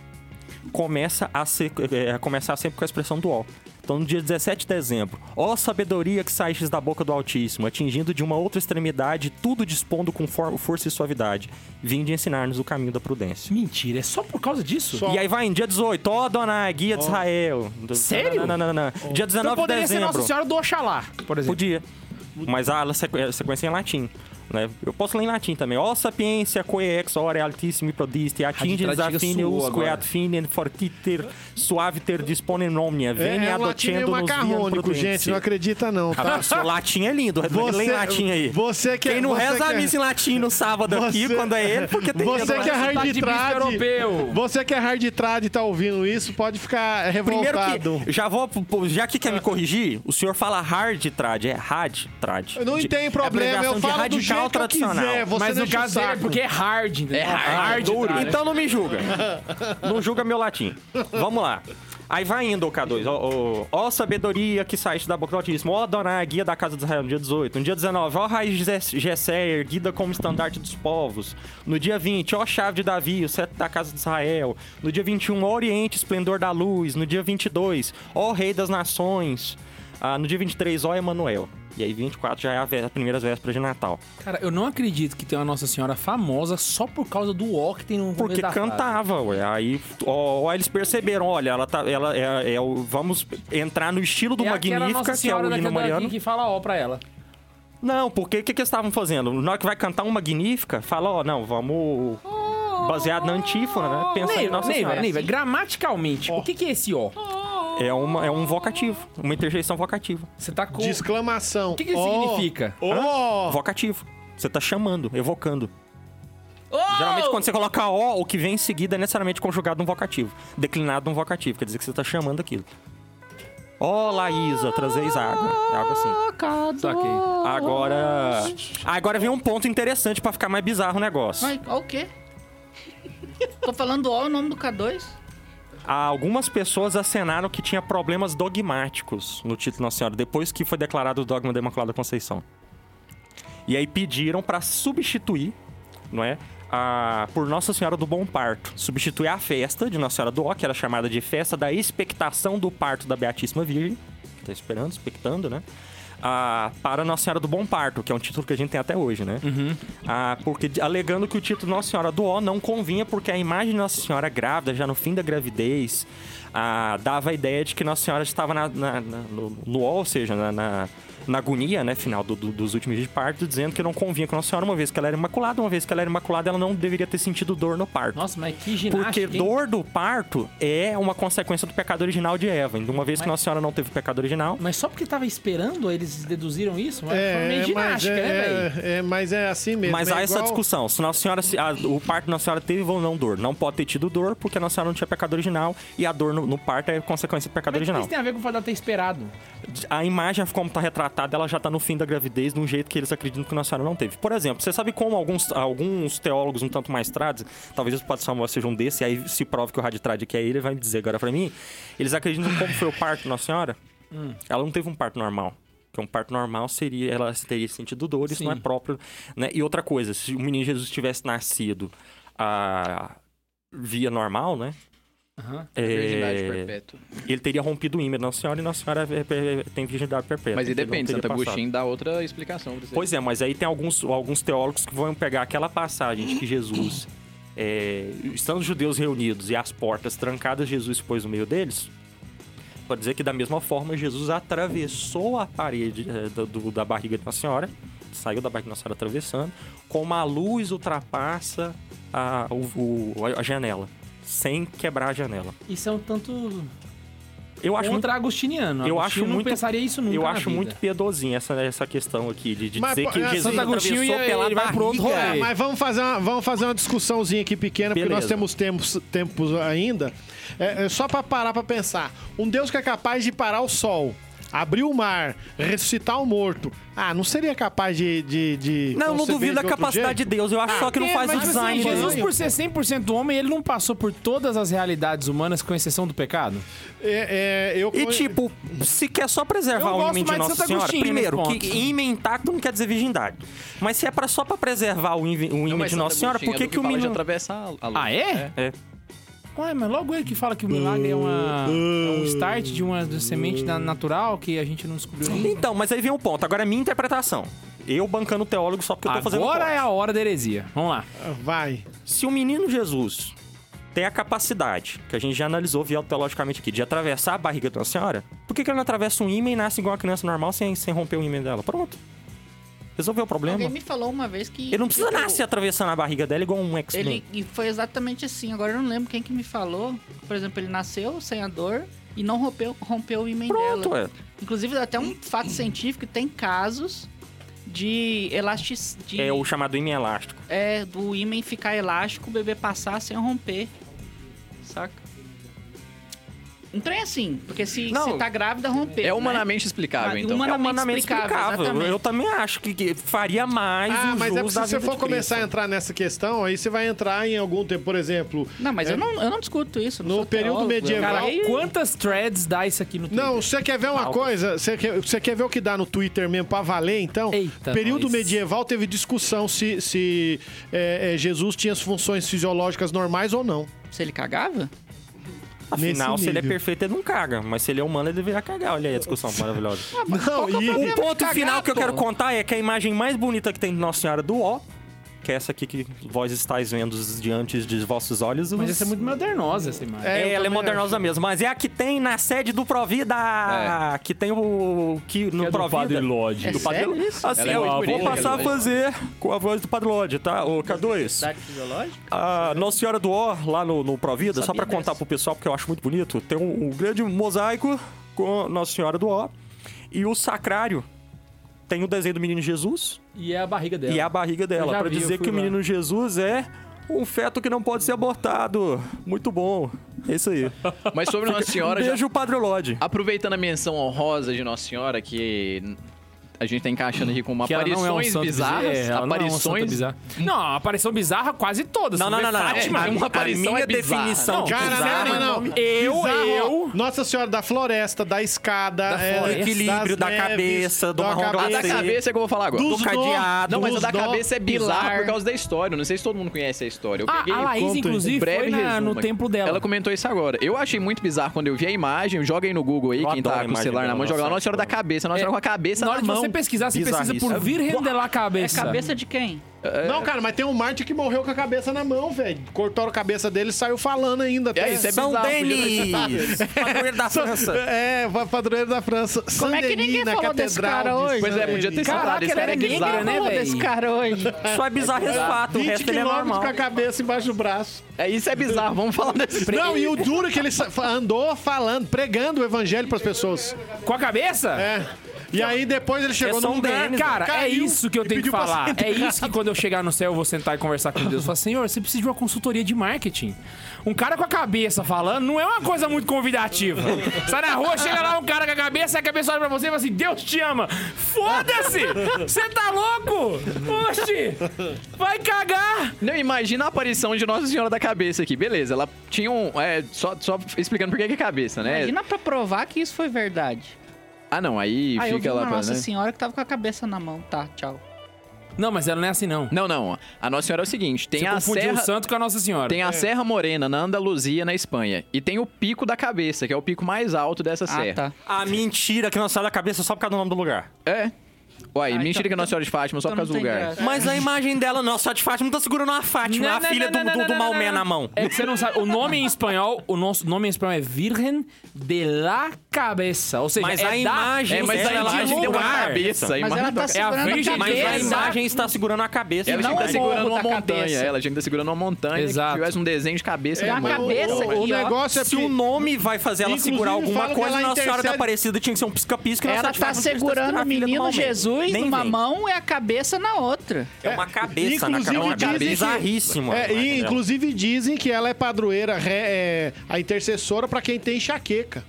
Speaker 3: começa a, ser, é, a começar sempre com a expressão do ó. Então, no dia 17 de dezembro, ó sabedoria que saístes da boca do Altíssimo, atingindo de uma outra extremidade, tudo dispondo com for- força e suavidade. Vinde ensinar-nos o caminho da prudência.
Speaker 1: Mentira, é só por causa disso?
Speaker 5: Só.
Speaker 3: E aí vai em dia 18, ó Adonai, guia de Israel.
Speaker 1: Sério?
Speaker 3: Não, não, não, não. não. Dia
Speaker 1: Então
Speaker 3: 19 de
Speaker 1: poderia ser
Speaker 3: dezembro.
Speaker 1: Nossa Senhora do Oxalá, por exemplo.
Speaker 3: Podia. Mas a ala sequ- sequência é em latim. Né? Eu posso ler em latim também. Ó sapiência, coe ex, ore altissimi prodiste, atingens
Speaker 1: Radiotradiga suou
Speaker 3: affinius, que
Speaker 1: agora.
Speaker 3: ad finem fortiter, suaviter dispone nomnia,
Speaker 5: É,
Speaker 3: venia
Speaker 5: é um latim meio
Speaker 3: docendo nos
Speaker 5: macarrônico, gente. Não acredita, não, tá?
Speaker 3: Rapaz, seu latim é lindo. Lê em latim aí.
Speaker 5: Você que é-
Speaker 3: Quem não
Speaker 5: você
Speaker 3: reza
Speaker 5: que
Speaker 3: a missa em latim no sábado aqui,
Speaker 5: Você-
Speaker 3: quando é ele, porque tem
Speaker 5: Você
Speaker 3: medo,
Speaker 5: que é
Speaker 3: né?
Speaker 5: hard
Speaker 1: Tá de
Speaker 5: trad,
Speaker 1: bispo europeu.
Speaker 5: você que é hard trad e tá ouvindo isso, pode ficar
Speaker 3: Primeiro
Speaker 5: revoltado.
Speaker 3: que, já vou, pro- já que quer me corrigir, o senhor fala hard trad, é hard trad.
Speaker 5: Não
Speaker 3: De- é
Speaker 5: tem problema,
Speaker 3: abreviação
Speaker 5: eu
Speaker 3: de
Speaker 5: falo do
Speaker 3: radical
Speaker 5: jeito que eu
Speaker 3: tradicional.
Speaker 5: quiser. Você
Speaker 1: Mas
Speaker 5: não
Speaker 1: no
Speaker 5: enche o
Speaker 1: caso dele é
Speaker 5: saco.
Speaker 1: porque é hard, entendeu? É hard. tá, né?
Speaker 3: Então não me julga. Não julga meu latim. Vamos lá. Aí vai indo, o K2. Ó, ó, ó sabedoria que saíste da boca do Altíssimo. Ó Adonai, guia da casa de Israel no dia 18. No dia 19, ó raiz de Jessé- Jessé, erguida como estandarte dos povos. No dia 20, ó chave de Davi, o seto da casa de Israel. No dia 21, ó oriente, esplendor da luz. No dia 22, ó rei das nações. Ah, no dia 23, ó Emanuel. E aí 24 já é a vé- a primeira véspera de Natal.
Speaker 1: Cara, eu não acredito que tem uma Nossa Senhora famosa só por causa do ó que tem no começo
Speaker 3: Porque
Speaker 1: da frase.
Speaker 3: cantava, ué. Aí, ó, ó, eles perceberam, olha, ela tá. Ela é, é o- vamos entrar no estilo do
Speaker 1: É aquela
Speaker 3: Magnífica,
Speaker 1: Nossa
Speaker 3: que é
Speaker 1: Senhora
Speaker 3: o
Speaker 1: daquela
Speaker 3: hino
Speaker 1: daqui
Speaker 3: mariano.
Speaker 1: que fala ó pra ela.
Speaker 3: Não, porque o que, que eles estavam fazendo? Na hora que vai cantar um Magnífica, fala, ó, não, vamos. Baseado na antífona, né? Pensando em
Speaker 1: Neiva,
Speaker 3: Nossa
Speaker 1: Neiva,
Speaker 3: Senhora.
Speaker 1: Neiva, gramaticalmente, o que, que é esse ó?
Speaker 3: É, uma, é um vocativo, uma interjeição vocativa.
Speaker 1: Você tá com...
Speaker 5: De exclamação.
Speaker 1: O que, que isso
Speaker 5: Ó,
Speaker 1: significa?
Speaker 5: Ó!
Speaker 3: Vocativo. Você tá chamando, evocando. Geralmente, quando você coloca O, o que vem em seguida é necessariamente conjugado num vocativo. Declinado num vocativo. Quer dizer que você tá chamando aquilo. Ó, Laísa, trazeis água. É algo assim.
Speaker 1: Saquei.
Speaker 3: Agora. Agora vem um ponto interessante pra ficar mais bizarro o negócio.
Speaker 2: Ai, ó o quê? Tô falando ó o nome do K2?
Speaker 3: Algumas pessoas acenaram que tinha problemas dogmáticos no título Nossa Senhora, depois que foi declarado o dogma da Imaculada Conceição. E aí pediram pra substituir, não é? a- por Nossa Senhora do Bom Parto. Substituir a festa de Nossa Senhora do Ó, que era chamada de festa da expectação do parto da Beatíssima Virgem. Que tá esperando, expectando, né? Ah, para Nossa Senhora do Bom Parto, que é um título que a gente tem até hoje, né? Ah, porque alegando que o título Nossa Senhora do Ó não convinha, porque a imagem de Nossa Senhora grávida, já no fim da gravidez, ah, dava a ideia de que Nossa Senhora estava na- na- na- no, no Ó, ou seja, na, na- na agonia, né, final do- do- dos últimos dias de parto, dizendo que não convinha com Nossa Senhora, uma vez que ela era imaculada, uma vez que ela era imaculada, ela não deveria ter sentido dor no parto.
Speaker 1: Nossa, mas que ginástica,
Speaker 3: Porque
Speaker 1: hein?
Speaker 3: dor do parto é uma consequência do pecado original de Eva. Então, uma vez que Nossa Senhora não teve o pecado original,
Speaker 1: Mas só porque tava esperando, eles deduziram isso? Mas foi meio
Speaker 5: É, mas
Speaker 1: ginástica,
Speaker 5: é,
Speaker 1: né, velho?
Speaker 5: é, é, mas é assim mesmo.
Speaker 3: Mas
Speaker 5: é
Speaker 3: há essa
Speaker 5: igual-
Speaker 3: discussão. Se Nossa Senhora, se a- o parto de Nossa Senhora teve ou não dor. Não pode ter tido dor, porque a Nossa Senhora não tinha pecado original. E a dor no, no parto é consequência do pecado
Speaker 1: Mas o que
Speaker 3: original.
Speaker 1: isso tem a ver com o fato de ela ter esperado?
Speaker 3: A imagem, como está retratada, ela já está no fim da gravidez, de um jeito que eles acreditam que Nossa Senhora não teve. Por exemplo, você sabe como alguns, alguns teólogos um tanto mais trades, talvez o Padre Samuel seja um desses, e aí se prova que o Raditrade que é ele, vai me dizer agora para mim. Eles acreditam como foi o parto de Nossa Senhora.
Speaker 1: Hum.
Speaker 3: Ela não teve um parto normal. Porque um parto normal seria, ela teria sentido dor, isso
Speaker 1: Sim.
Speaker 3: não é próprio. Né? E outra coisa, se o menino Jesus tivesse nascido ah, via normal, né?
Speaker 1: Aham.
Speaker 3: É,
Speaker 4: Ah, Virgindade perpétua.
Speaker 3: ele teria rompido o ímã de Nossa Senhora e Nossa Senhora é- é- é- tem virgindade perpétua.
Speaker 4: Mas aí
Speaker 3: Então, não
Speaker 4: depende,
Speaker 3: teria
Speaker 4: Santo
Speaker 3: passado.
Speaker 4: Agostinho dá outra explicação pra você.
Speaker 3: Pois é, mas aí tem alguns, alguns teólogos que vão pegar aquela passagem de que Jesus, é, estando os judeus reunidos e as portas trancadas, Jesus se pôs no meio deles, para dizer que da mesma forma Jesus atravessou a parede é, do- do- da barriga de Nossa Senhora, saiu da barriga de Nossa Senhora atravessando, como a luz ultrapassa a, o- o- a janela, sem quebrar a janela.
Speaker 1: Isso é um tanto
Speaker 3: Eu acho muito
Speaker 1: contra agostiniano.
Speaker 3: eu
Speaker 1: Agostinho
Speaker 3: acho
Speaker 1: não
Speaker 3: muito-
Speaker 1: pensaria isso nunca
Speaker 3: Eu
Speaker 1: na
Speaker 3: acho
Speaker 1: vida.
Speaker 3: muito piedosinha essa, essa questão aqui de, de
Speaker 5: Mas,
Speaker 3: dizer
Speaker 5: pô,
Speaker 3: que
Speaker 5: é,
Speaker 3: Jesus
Speaker 5: Santo
Speaker 1: Agostinho
Speaker 3: atravessou
Speaker 1: ia-
Speaker 3: pela
Speaker 1: ele vai pro outro
Speaker 3: barriga.
Speaker 1: rolê.
Speaker 5: É, mas vamos fazer, uma, vamos fazer uma discussãozinha aqui pequena, porque nós
Speaker 3: Beleza.
Speaker 5: temos tempos, tempos ainda. É, é só para parar para pensar. Um Deus que é capaz de parar o sol, abrir o mar, ressuscitar o morto. Ah, não seria capaz de. de, de
Speaker 3: Não, não
Speaker 5: conceber
Speaker 3: duvido da
Speaker 5: de outro
Speaker 3: capacidade de
Speaker 5: jeito?
Speaker 3: Deus. Eu acho só que não
Speaker 1: É,
Speaker 3: faz o
Speaker 1: mas, tipo assim,
Speaker 3: design.
Speaker 1: Jesus,
Speaker 3: né?
Speaker 1: por ser 100% homem, ele não passou por todas as realidades humanas, com exceção do pecado?
Speaker 5: É, é, eu
Speaker 3: E
Speaker 5: con-
Speaker 3: tipo, se quer só preservar
Speaker 1: Eu
Speaker 3: o
Speaker 1: gosto
Speaker 3: ímã de
Speaker 1: mais de
Speaker 3: Nossa
Speaker 1: Santo
Speaker 3: Senhora,
Speaker 1: Agostinho
Speaker 3: primeiro,
Speaker 1: nesse
Speaker 3: que
Speaker 1: ponto.
Speaker 3: ímã intacto não quer dizer virgindade. Mas se é pra, só pra preservar o ímã o ímã
Speaker 4: mas
Speaker 3: de
Speaker 4: Santo
Speaker 3: Nossa Senhora, por
Speaker 4: Agostinho
Speaker 3: que,
Speaker 4: é do
Speaker 3: que o
Speaker 4: fala de
Speaker 3: menino...
Speaker 4: atravessar a luz.
Speaker 1: Ah, é?
Speaker 3: É.
Speaker 1: Ué, mas logo ele que fala que o milagre é, uma, é um start de uma de semente na- natural que a gente não descobriu ainda.
Speaker 3: Então, mas aí vem o ponto. Agora é minha interpretação. Eu bancando o teólogo só porque eu tô fazendo
Speaker 1: Agora
Speaker 3: corte.
Speaker 1: é a hora da heresia. Vamos lá.
Speaker 5: Ah, Vai.
Speaker 3: Se o menino Jesus tem a capacidade, que a gente já analisou via teologicamente aqui, de atravessar a barriga de uma senhora, por que, que ele não atravessa um ímã e nasce igual uma criança normal sem, sem romper o ímã dela? Pronto. Resolveu o problema.
Speaker 2: Alguém me falou uma vez que.
Speaker 3: Ele não precisa
Speaker 2: que o-
Speaker 3: nascer atravessando a barriga dela igual um X-Men.
Speaker 2: Ele, e foi exatamente assim. Agora eu não lembro quem que me falou. Por exemplo, ele nasceu sem a dor e não rompeu, rompeu o imen
Speaker 3: Pronto, é.
Speaker 2: dela.
Speaker 3: ué.
Speaker 2: Inclusive, até um fato científico, tem casos de elasticidade.
Speaker 3: É o chamado ímã elástico.
Speaker 2: é, do ímen ficar elástico, o bebê passar sem romper. Saca? Um trem assim, porque se,
Speaker 4: Não.
Speaker 2: se tá grávida, romper.
Speaker 4: É
Speaker 2: né?
Speaker 4: humanamente explicável,
Speaker 2: Ah,
Speaker 4: então.
Speaker 2: humana-
Speaker 3: É humanamente explicável.
Speaker 2: explicável, exatamente.
Speaker 3: Eu também acho que, que faria mais
Speaker 5: Ah,
Speaker 3: um
Speaker 5: mas
Speaker 3: jus
Speaker 5: é porque
Speaker 3: da
Speaker 5: se você
Speaker 3: vida
Speaker 5: for
Speaker 3: de
Speaker 5: começar a
Speaker 3: Cristo.
Speaker 5: entrar nessa questão, aí você vai entrar em algum tempo, por exemplo.
Speaker 2: Não, mas
Speaker 5: É.
Speaker 2: eu, não, eu não discuto isso. eu não
Speaker 5: No
Speaker 2: sou
Speaker 5: período
Speaker 2: teólogo, eu-
Speaker 5: medieval-
Speaker 1: Cara,
Speaker 2: Cara, eu-
Speaker 1: quantas threads dá isso aqui no Twitter?
Speaker 5: Não, você quer ver uma coisa? Você quer, você quer ver o que dá no Twitter mesmo pra valer, então?
Speaker 1: Eita,
Speaker 5: Período
Speaker 1: nós.
Speaker 5: medieval teve discussão se, se é, é, Jesus tinha as funções fisiológicas normais ou não.
Speaker 2: Se ele cagava?
Speaker 3: Afinal,
Speaker 5: Nesse
Speaker 3: se ele é
Speaker 5: nível.
Speaker 3: perfeito, ele não caga. Mas se ele é humano, ele deveria cagar. Olha aí a discussão maravilhosa.
Speaker 5: Não,
Speaker 4: é
Speaker 5: e
Speaker 3: O Um ponto
Speaker 2: cagar,
Speaker 3: final que eu
Speaker 2: pô.
Speaker 3: quero contar é que a imagem mais bonita que tem de Nossa Senhora do Ó, que é essa aqui que vós estáis vendo diante de vossos olhos.
Speaker 1: Mas essa é muito modernosa, essa imagem.
Speaker 5: É, eu
Speaker 3: É, ela é
Speaker 5: também
Speaker 3: modernosa mesmo, mas é a que tem na sede do Provida,
Speaker 4: É.
Speaker 3: que tem o que no
Speaker 1: Que é do
Speaker 3: Provida.
Speaker 1: Padre Lodge.
Speaker 2: É
Speaker 1: Do
Speaker 3: Padre-
Speaker 2: sério isso?
Speaker 3: Assim,
Speaker 4: Ela é
Speaker 3: eu
Speaker 4: muito
Speaker 3: vou
Speaker 4: bonita,
Speaker 3: passar a
Speaker 4: aquela
Speaker 3: fazer com a voz do Padre Lodge, tá? Ô, K2,
Speaker 2: Cidade fisiológica?
Speaker 3: a Nossa Senhora do Ó, lá no, no Provida, só pra
Speaker 2: dessa.
Speaker 3: contar pro pessoal, porque eu acho muito bonito, tem um, um grande mosaico com Nossa Senhora do Ó e o sacrário tem o desenho do menino Jesus
Speaker 1: E é a barriga dela.
Speaker 3: e a barriga
Speaker 1: Eu
Speaker 3: dela,
Speaker 1: já
Speaker 3: pra
Speaker 1: vi, eu
Speaker 3: dizer
Speaker 1: fui
Speaker 3: que o
Speaker 1: lá.
Speaker 3: menino Jesus é um feto que não pode ser abortado. Muito bom. É isso aí. Um
Speaker 4: Mas sobre Nossa Senhora, já-
Speaker 3: Beijo, Padre Lodge.
Speaker 4: aproveitando a menção honrosa de Nossa Senhora, que a gente tá encaixando aqui com uma
Speaker 1: Que ela não é um
Speaker 4: aparições
Speaker 1: santo bizarro.
Speaker 4: bizarras,
Speaker 1: um
Speaker 4: aparições...
Speaker 1: Não, a aparição bizarra quase todas.
Speaker 3: Não, não, não, não.
Speaker 1: Fátima,
Speaker 4: É,
Speaker 1: uma
Speaker 4: a aparição
Speaker 3: minha
Speaker 4: é bizarra.
Speaker 3: definição de
Speaker 5: Cara,
Speaker 3: bizarro
Speaker 5: não,
Speaker 3: é
Speaker 5: não,
Speaker 3: nome-
Speaker 5: não.
Speaker 1: Eu,
Speaker 5: Bizarro.
Speaker 1: eu...
Speaker 5: Nossa Senhora da Floresta, da escada,
Speaker 1: Da
Speaker 5: é,
Speaker 1: floresta.
Speaker 3: Equilíbrio da
Speaker 5: neves,
Speaker 3: cabeça, do
Speaker 5: da
Speaker 3: marrom
Speaker 4: A da
Speaker 3: glacê.
Speaker 4: cabeça é que eu vou falar agora.
Speaker 5: Dos
Speaker 3: Do
Speaker 5: nó-
Speaker 3: cadeado.
Speaker 4: Não, mas a
Speaker 5: dos
Speaker 4: da
Speaker 5: nó-
Speaker 4: cabeça é bizarra
Speaker 2: pilar.
Speaker 4: por causa da história. Não sei se todo mundo conhece a história. Eu
Speaker 8: Ah,
Speaker 4: peguei
Speaker 8: a Laís,
Speaker 5: conta aí.
Speaker 8: inclusive, foi
Speaker 4: breve
Speaker 8: na-
Speaker 4: resumo
Speaker 8: no
Speaker 4: aqui.
Speaker 8: templo dela.
Speaker 4: Ela comentou isso agora. Eu achei muito bizarro quando eu vi a imagem. Joga aí no Google aí,
Speaker 3: Eu
Speaker 4: quem
Speaker 3: adoro a
Speaker 4: tá com o
Speaker 3: imagem
Speaker 4: celular na
Speaker 3: dela,
Speaker 4: mão, joga lá.
Speaker 3: nossa,
Speaker 4: Nossa Senhora da
Speaker 3: adoro.
Speaker 4: Cabeça, Nossa Senhora com a
Speaker 1: É,
Speaker 4: cabeça
Speaker 1: Na hora
Speaker 4: na
Speaker 1: de
Speaker 4: mão.
Speaker 1: você pesquisar, você pesquisa
Speaker 3: Bizarríssimo.
Speaker 1: por Virgem de la
Speaker 2: É
Speaker 1: Cabeça.
Speaker 2: cabeça de quem?
Speaker 4: é-
Speaker 5: Não, cara, mas tem um Marte que morreu com a cabeça na mão, velho. Cortaram a cabeça dele e saiu falando ainda. até.
Speaker 4: isso é
Speaker 3: São
Speaker 4: bizarro, podia
Speaker 3: Denis. Padroeiro da França.
Speaker 5: É, va- padroeiro da França. né, Como
Speaker 2: é que ninguém falou desse cara hoje?
Speaker 4: Pois é, podia ter citado.
Speaker 8: Caraca,
Speaker 4: Esse
Speaker 8: ela
Speaker 4: cara é
Speaker 8: é negra,
Speaker 4: bizarro.
Speaker 8: né,
Speaker 2: Fala
Speaker 8: velho?
Speaker 2: desse cara hoje.
Speaker 3: Só é bizarro esse fato. O
Speaker 5: 20
Speaker 3: resto ele é
Speaker 5: quilômetros
Speaker 3: normal.
Speaker 5: com a cabeça embaixo do braço.
Speaker 4: É, isso é bizarro. Vamos falar desse
Speaker 5: Não, e o duro é que ele sa- fa- andou falando, pregando o evangelho pras pessoas.
Speaker 1: Com a cabeça?
Speaker 5: É. E aí depois ele chegou
Speaker 3: É
Speaker 5: no
Speaker 3: São
Speaker 5: lugar,
Speaker 3: Denis,
Speaker 1: Cara, é
Speaker 5: caiu
Speaker 1: isso que eu
Speaker 5: e
Speaker 1: tenho que
Speaker 5: pediu pra
Speaker 1: falar.
Speaker 5: sentar.
Speaker 1: É isso que quando eu chegar no céu eu vou sentar e conversar com Deus. Eu falo, Senhor, você precisa de uma consultoria de marketing. Um cara com a cabeça falando não é uma coisa muito convidativa. Sai na rua, chega lá um cara com a cabeça, e a cabeça olha pra você e fala assim: Deus te ama. Foda-se! Você tá louco? Oxi! Vai cagar!
Speaker 4: Não, imagina a aparição de Nossa Senhora da Cabeça aqui. Beleza, ela tinha um. é, só, só explicando por que que é cabeça, né?
Speaker 2: Imagina pra provar que isso foi verdade.
Speaker 4: Ah, não, aí
Speaker 2: Aí eu vi
Speaker 4: fica lá
Speaker 2: uma
Speaker 4: pra.
Speaker 2: Nossa
Speaker 4: né?
Speaker 2: Senhora que tava com a cabeça na mão. Tá, tchau.
Speaker 1: Não, mas ela não é assim, não.
Speaker 4: Não, não. A Nossa Senhora é o seguinte: tem
Speaker 1: Você
Speaker 4: a
Speaker 1: confundiu
Speaker 4: Serra.
Speaker 1: o santo com a Nossa Senhora.
Speaker 4: Tem a
Speaker 5: É.
Speaker 4: Serra Morena na Andaluzia, na Espanha. E tem o Pico da Cabeça, que é o pico mais alto dessa
Speaker 2: Ah,
Speaker 4: serra.
Speaker 2: tá.
Speaker 3: A mentira que não sai da cabeça só por causa do nome do lugar.
Speaker 4: É. Uai,
Speaker 2: Ah,
Speaker 4: mentira
Speaker 2: então-
Speaker 4: que é Nossa Senhora de Fátima, só por
Speaker 2: então
Speaker 4: causa do
Speaker 2: não tem
Speaker 4: lugar.
Speaker 2: graça.
Speaker 3: Mas a imagem dela, nossa, a de Fátima tá segurando uma Fátima,
Speaker 1: Não,
Speaker 3: a
Speaker 1: não,
Speaker 3: filha
Speaker 1: não,
Speaker 3: do,
Speaker 1: não,
Speaker 3: do, do
Speaker 1: não,
Speaker 3: Maomé
Speaker 1: não,
Speaker 3: na
Speaker 1: não.
Speaker 3: mão.
Speaker 1: É que você não sabe. O nome em espanhol, o nosso nome em espanhol é Virgen de la Cabeça. Ou seja,
Speaker 3: Mas
Speaker 1: é
Speaker 3: a
Speaker 1: da-
Speaker 3: imagem,
Speaker 4: É, mas
Speaker 1: Ela
Speaker 4: a imagem deu uma
Speaker 1: um lugar.
Speaker 3: É
Speaker 4: cabeça. a
Speaker 2: Mas ela
Speaker 4: imagem-
Speaker 2: tá segurando a
Speaker 1: virgem,
Speaker 2: cabeça.
Speaker 3: Mas a
Speaker 1: Exato.
Speaker 3: imagem está segurando a cabeça.
Speaker 4: Ela tinha
Speaker 2: não
Speaker 4: que
Speaker 2: é
Speaker 4: tá segurando
Speaker 2: morro da
Speaker 4: uma montanha.
Speaker 2: cabeça.
Speaker 4: Ela tinha que tá segurando uma montanha
Speaker 1: Exato.
Speaker 4: que tivesse um desenho de cabeça.
Speaker 2: É,
Speaker 4: na
Speaker 2: uma
Speaker 4: mão.
Speaker 2: cabeça
Speaker 5: o, o
Speaker 2: aqui, ó.
Speaker 5: negócio é
Speaker 3: Se o
Speaker 5: que...
Speaker 3: nome vai fazer ela
Speaker 5: Inclusive,
Speaker 3: segurar
Speaker 5: fala
Speaker 3: alguma
Speaker 5: que
Speaker 3: coisa,
Speaker 5: ela
Speaker 3: Nossa Senhora da
Speaker 5: intercede-
Speaker 3: Aparecida tinha que ser um pisca-pisca. e Nossa
Speaker 2: Ela
Speaker 3: Senhora
Speaker 2: tá
Speaker 3: de Fátima tinha que
Speaker 2: segurando
Speaker 3: segurar a
Speaker 2: o
Speaker 3: filha do
Speaker 2: menino
Speaker 3: Maomé.
Speaker 2: Jesus
Speaker 3: Nem
Speaker 2: numa
Speaker 3: vem.
Speaker 2: mão e a cabeça na outra.
Speaker 3: É uma cabeça na
Speaker 5: inclusive
Speaker 3: cara. É uma
Speaker 5: dizem
Speaker 3: cabeça
Speaker 5: que-
Speaker 3: bizarríssima.
Speaker 5: É, e inclusive dizem que ela é padroeira, ré- é, a intercessora pra quem tem enxaqueca.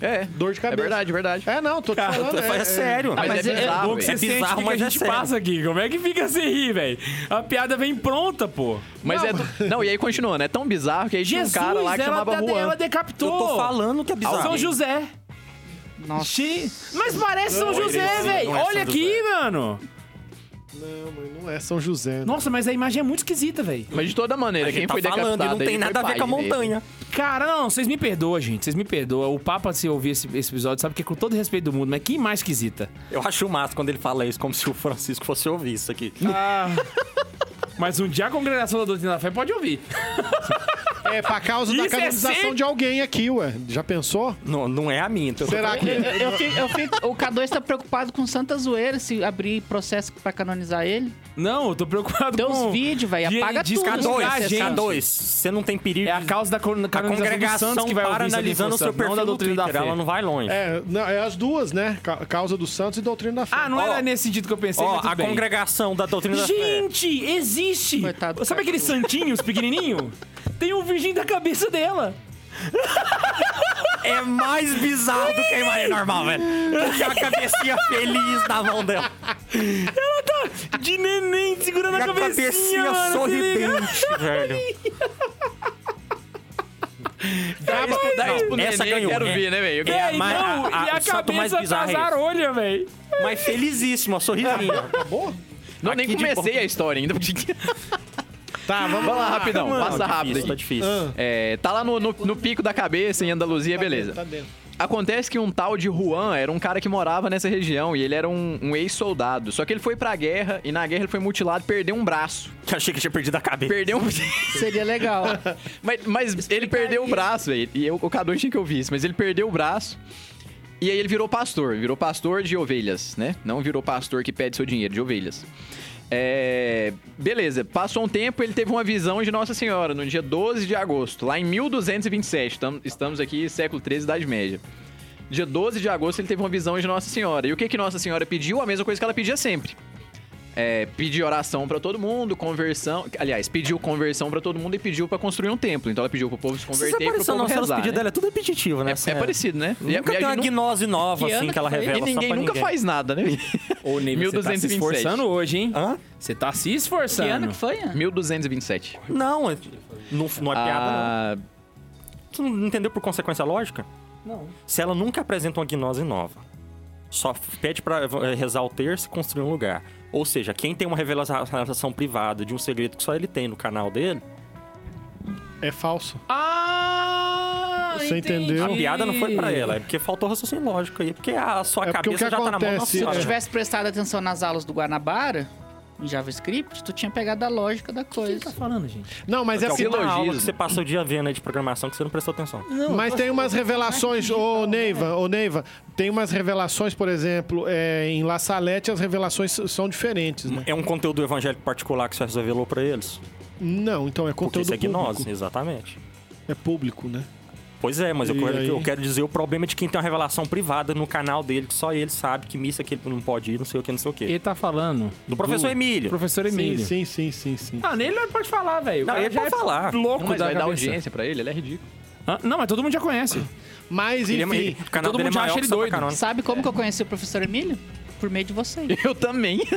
Speaker 4: É.
Speaker 5: Dor de
Speaker 4: É
Speaker 5: cabeça.
Speaker 4: verdade, verdade.
Speaker 5: É, Ah, não, tô te
Speaker 3: Cara,
Speaker 5: falando.
Speaker 3: é, sério.
Speaker 4: mas
Speaker 3: Mas
Speaker 4: é bizarro,
Speaker 1: que
Speaker 4: velho.
Speaker 1: você
Speaker 3: É bizarro,
Speaker 1: sente o que
Speaker 3: mas
Speaker 1: a
Speaker 3: é
Speaker 1: gente
Speaker 3: sério.
Speaker 1: passa aqui. Como é que fica sem rir, velho? A piada vem pronta, pô.
Speaker 4: Mas é. do- Não, e aí continuando. É tão bizarro que aí tinha um
Speaker 1: Jesus,
Speaker 4: cara lá
Speaker 1: ela,
Speaker 4: que
Speaker 2: tá
Speaker 4: chamava
Speaker 1: ela,
Speaker 4: Juan.
Speaker 1: ela decapitou.
Speaker 3: Eu tô falando que é bizarro.
Speaker 1: São José.
Speaker 2: Nossa.
Speaker 1: Xi- Mas parece São José,
Speaker 3: heresia,
Speaker 1: velho.
Speaker 3: não é
Speaker 1: Olha
Speaker 3: São
Speaker 1: aqui, mano.
Speaker 5: Não, mas não é São José. né?
Speaker 1: Nossa, mas a imagem é muito esquisita, velho.
Speaker 4: Mas de toda maneira,
Speaker 3: A gente
Speaker 4: quem
Speaker 3: tá
Speaker 4: foi
Speaker 3: falando
Speaker 4: decapitado
Speaker 3: e não tem
Speaker 4: aí foi
Speaker 3: nada a ver
Speaker 4: pai
Speaker 3: com a
Speaker 4: dele.
Speaker 3: montanha.
Speaker 1: Cara, não, vocês me perdoam, gente. Vocês me perdoam. O Papa, se ouvir esse, esse episódio, sabe que é com todo respeito do mundo, mas que mais esquisita.
Speaker 3: Eu acho massa quando ele fala isso, como se o Francisco fosse ouvir isso aqui.
Speaker 1: Ah. Mas um dia a congregação da doutrina da fé pode ouvir.
Speaker 5: É pra causa
Speaker 1: Isso
Speaker 5: da
Speaker 1: é
Speaker 5: canonização
Speaker 1: sério?
Speaker 5: de alguém aqui, ué. Já pensou?
Speaker 3: não, não é a minha. Então
Speaker 5: Será que...
Speaker 2: Eu fico, eu fico- o K2 tá preocupado com Santa Zoeira se abrir processo pra canonizar ele.
Speaker 1: Não, eu tô preocupado
Speaker 2: Tem
Speaker 1: com...
Speaker 2: uns vídeos, velho.
Speaker 1: de-
Speaker 2: Apaga
Speaker 1: de
Speaker 2: tudo.
Speaker 1: escador,
Speaker 2: isso que
Speaker 3: K2,
Speaker 2: você sabe.
Speaker 3: K2, você não tem perigo.
Speaker 1: É a causa da con-
Speaker 3: A
Speaker 1: canonização dos
Speaker 3: congregação
Speaker 1: santos que vai
Speaker 3: para
Speaker 1: ouvir isso aqui,
Speaker 3: analisando o seu
Speaker 1: Santos, não
Speaker 3: perfil
Speaker 1: da
Speaker 3: do
Speaker 1: doutrina
Speaker 3: Twitter,
Speaker 1: da fé.
Speaker 3: ela não vai longe.
Speaker 5: É, não, é as duas, né? Ca- Causa do Santos e doutrina da fé.
Speaker 1: Ah, não
Speaker 3: Ó,
Speaker 1: era nesse sentido que eu pensei,
Speaker 3: Ó,
Speaker 1: mas tudo
Speaker 3: a
Speaker 1: bem.
Speaker 3: congregação da doutrina da fé.
Speaker 1: Gente, existe!
Speaker 2: Coitado do
Speaker 1: Sabe aqueles santinhos pequenininho? Tem um virgem da cabeça dela.
Speaker 3: É mais bizarro do que a imagem normal, velho. Porque a cabecinha feliz na mão dela.
Speaker 1: tá De neném segurando
Speaker 3: E
Speaker 1: a,
Speaker 3: a cabecinha
Speaker 1: mano, se liga.
Speaker 3: sorridente, velho.
Speaker 4: Dá pra- dá isso pro
Speaker 3: Essa
Speaker 4: neném,
Speaker 3: ganhou.
Speaker 4: Quero
Speaker 3: É.
Speaker 4: ver, né, velho? Eu
Speaker 1: É,
Speaker 3: a mais-
Speaker 1: não,
Speaker 3: a- a-
Speaker 1: e a
Speaker 3: o santo mais
Speaker 1: cabeça tá
Speaker 3: bizarro é esse.
Speaker 1: casarolha, velho.
Speaker 3: Mas
Speaker 5: Tá
Speaker 3: felizíssima, sorrisinha.
Speaker 4: Não, nem
Speaker 3: Aqui de
Speaker 4: comecei a história ainda. porque-
Speaker 5: Tá, vamos
Speaker 4: Vamos lá,
Speaker 5: lá.
Speaker 4: rapidão.
Speaker 3: Mano,
Speaker 4: passa
Speaker 3: difícil,
Speaker 4: rápido
Speaker 3: Tá
Speaker 4: aqui.
Speaker 3: difícil.
Speaker 5: Ah.
Speaker 4: É, tá lá no, no- no pico da cabeça, em Andaluzia, beleza.
Speaker 5: Tá dentro.
Speaker 4: Acontece que um tal de Juan era um cara que morava nessa região e ele era um, um ex-soldado. Só que ele foi pra guerra e na guerra ele foi mutilado e perdeu um braço.
Speaker 3: Que achei que tinha perdido a cabeça.
Speaker 4: Perdeu um.
Speaker 2: Seria legal.
Speaker 4: mas mas ele perdeu o braço, velho. E eu, o Cadu tinha que eu vi isso, mas ele perdeu o braço. E aí ele virou pastor. Virou pastor de ovelhas, né? Não virou pastor que pede seu dinheiro, de ovelhas. É. Beleza, passou um tempo, ele teve uma visão de Nossa Senhora no dia 12 de agosto, lá em 1227. Tam- estamos aqui, século 13, Idade Média. Dia 12 de agosto, ele teve uma visão de Nossa Senhora. E o que, que Nossa Senhora pediu? A mesma coisa que ela pedia sempre é, pedir oração pra todo mundo, conversão. Aliás, pediu conversão pra todo mundo e pediu pra construir um templo. Então ela pediu pro povo se
Speaker 3: Vocês
Speaker 4: converter e pro
Speaker 3: apareceu,
Speaker 4: povo
Speaker 3: nossa, os
Speaker 4: rezar.
Speaker 3: pedidos
Speaker 4: né?
Speaker 3: dela é tudo repetitivo, né?
Speaker 4: É, é parecido, né? E-
Speaker 3: Nunca
Speaker 4: e a
Speaker 3: tem uma
Speaker 4: gente nu-
Speaker 3: gnose nova, assim, que ela revela
Speaker 4: e ninguém
Speaker 3: só pra
Speaker 4: nunca
Speaker 3: ninguém.
Speaker 4: faz nada, né?
Speaker 1: Ô, Ney, você tá se
Speaker 4: 1227.
Speaker 1: esforçando hoje, hein?
Speaker 3: Hã?
Speaker 1: Você tá se
Speaker 2: Que ano
Speaker 1: esforçando.
Speaker 2: que foi? Ian?
Speaker 4: 1227.
Speaker 3: Não, é- não, não é piada, não.
Speaker 4: Ah,
Speaker 3: Tu não entendeu por consequência lógica? Não. Se ela nunca apresenta uma gnose nova, só pede pra eh, rezar o terço e construir um lugar. Ou seja, quem tem uma revelação privada de um segredo que só ele tem no canal dele,
Speaker 5: É falso.
Speaker 1: Ah!
Speaker 5: Você
Speaker 1: entendi.
Speaker 5: entendeu?
Speaker 3: a piada não foi pra ela. É porque faltou raciocínio lógico aí. Porque a sua
Speaker 5: É porque o
Speaker 3: cabeça
Speaker 5: que
Speaker 3: já tá na mão.
Speaker 5: acontece-
Speaker 3: Nossa,
Speaker 2: Se tu
Speaker 5: É.
Speaker 2: tivesse prestado atenção nas aulas do Guanabara, em JavaScript, tu tinha pegado a lógica da coisa.
Speaker 1: tá falando, gente?
Speaker 5: Não, mas é
Speaker 3: Porque
Speaker 5: porque.
Speaker 4: Aquilo-
Speaker 3: alguma aula
Speaker 4: silogismo.
Speaker 3: que você passa o dia vendo aí de programação que você não prestou atenção.
Speaker 5: Mas tem umas revelações, ô Neiva, ô Neiva, tem umas revelações, por exemplo, é, em La Salete as revelações s- são diferentes, né?
Speaker 3: É um conteúdo evangélico particular que você revelou pra eles.
Speaker 5: Não, então é
Speaker 3: Porque
Speaker 5: conteúdo
Speaker 3: isso é gnose,
Speaker 5: público.
Speaker 3: exatamente.
Speaker 5: É público, né?
Speaker 3: Pois é, mas eu
Speaker 5: E
Speaker 3: quero,
Speaker 5: aí?
Speaker 3: eu quero dizer o problema é de quem tem uma revelação privada no canal dele, que só ele sabe que missa que ele não pode ir, não sei o que, não sei o que.
Speaker 1: Ele tá falando.
Speaker 3: Do professor Emílio.
Speaker 1: Professor Emílio.
Speaker 5: Sim, sim, sim, sim, sim.
Speaker 1: Ah, nele ele pode falar, velho. O
Speaker 3: Não,
Speaker 1: cara
Speaker 3: ele
Speaker 1: já
Speaker 3: pode
Speaker 1: é
Speaker 3: falar.
Speaker 1: Louco
Speaker 4: não, mas
Speaker 1: da
Speaker 4: vai dar
Speaker 1: cabeça.
Speaker 4: audiência pra ele, ele é ridículo.
Speaker 1: Hã? Não, mas todo mundo já conhece.
Speaker 5: Mas
Speaker 3: Ele é- ele-
Speaker 5: enfim,
Speaker 3: o canal
Speaker 1: Todo
Speaker 3: dele é
Speaker 1: mundo já
Speaker 3: maior
Speaker 1: acha
Speaker 3: que
Speaker 1: ele
Speaker 3: Santa
Speaker 1: doido.
Speaker 3: Carona.
Speaker 2: Sabe como que eu conheci o professor Emílio? Por meio de vocês.
Speaker 4: Eu também.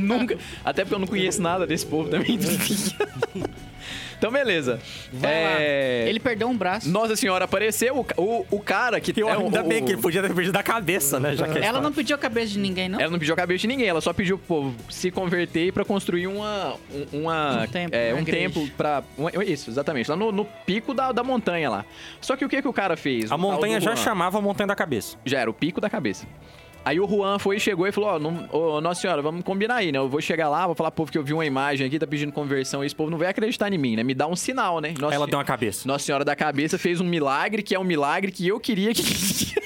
Speaker 4: Nunca. Até porque eu não conheço nada desse povo também. então, beleza. É,
Speaker 2: Ele perdeu um braço.
Speaker 4: Nossa Senhora apareceu, o, ca- o, o cara que
Speaker 3: Eu,
Speaker 4: é
Speaker 3: ainda
Speaker 4: o-
Speaker 3: bem que ele podia ter perdido a cabeça, né? Já que
Speaker 2: Ela não pediu a cabeça de ninguém, não?
Speaker 4: Ela não pediu a cabeça de ninguém, ela só pediu pro povo se converter pra construir uma. um- Uma,
Speaker 2: Um templo,
Speaker 4: é,
Speaker 2: uma
Speaker 4: um
Speaker 2: igreja.
Speaker 4: templo pra. uma- isso, exatamente. Lá no, no pico da, da montanha lá. Só que o que que o cara fez?
Speaker 3: A
Speaker 4: O tal
Speaker 3: montanha
Speaker 4: do
Speaker 3: já
Speaker 4: Juan.
Speaker 3: chamava a montanha da cabeça.
Speaker 4: Já era o pico da cabeça. Aí o Juan foi, chegou e falou: Ó, não- ô, Nossa Senhora, vamos combinar aí, né? Eu vou chegar lá, vou falar pro povo que eu vi uma imagem aqui, tá pedindo conversão, e esse povo não vai acreditar em mim, né? Me dá um sinal, né? Nossa,
Speaker 3: Ela deu uma cabeça.
Speaker 4: Nossa Senhora da Cabeça fez um milagre, que é um milagre que eu queria que.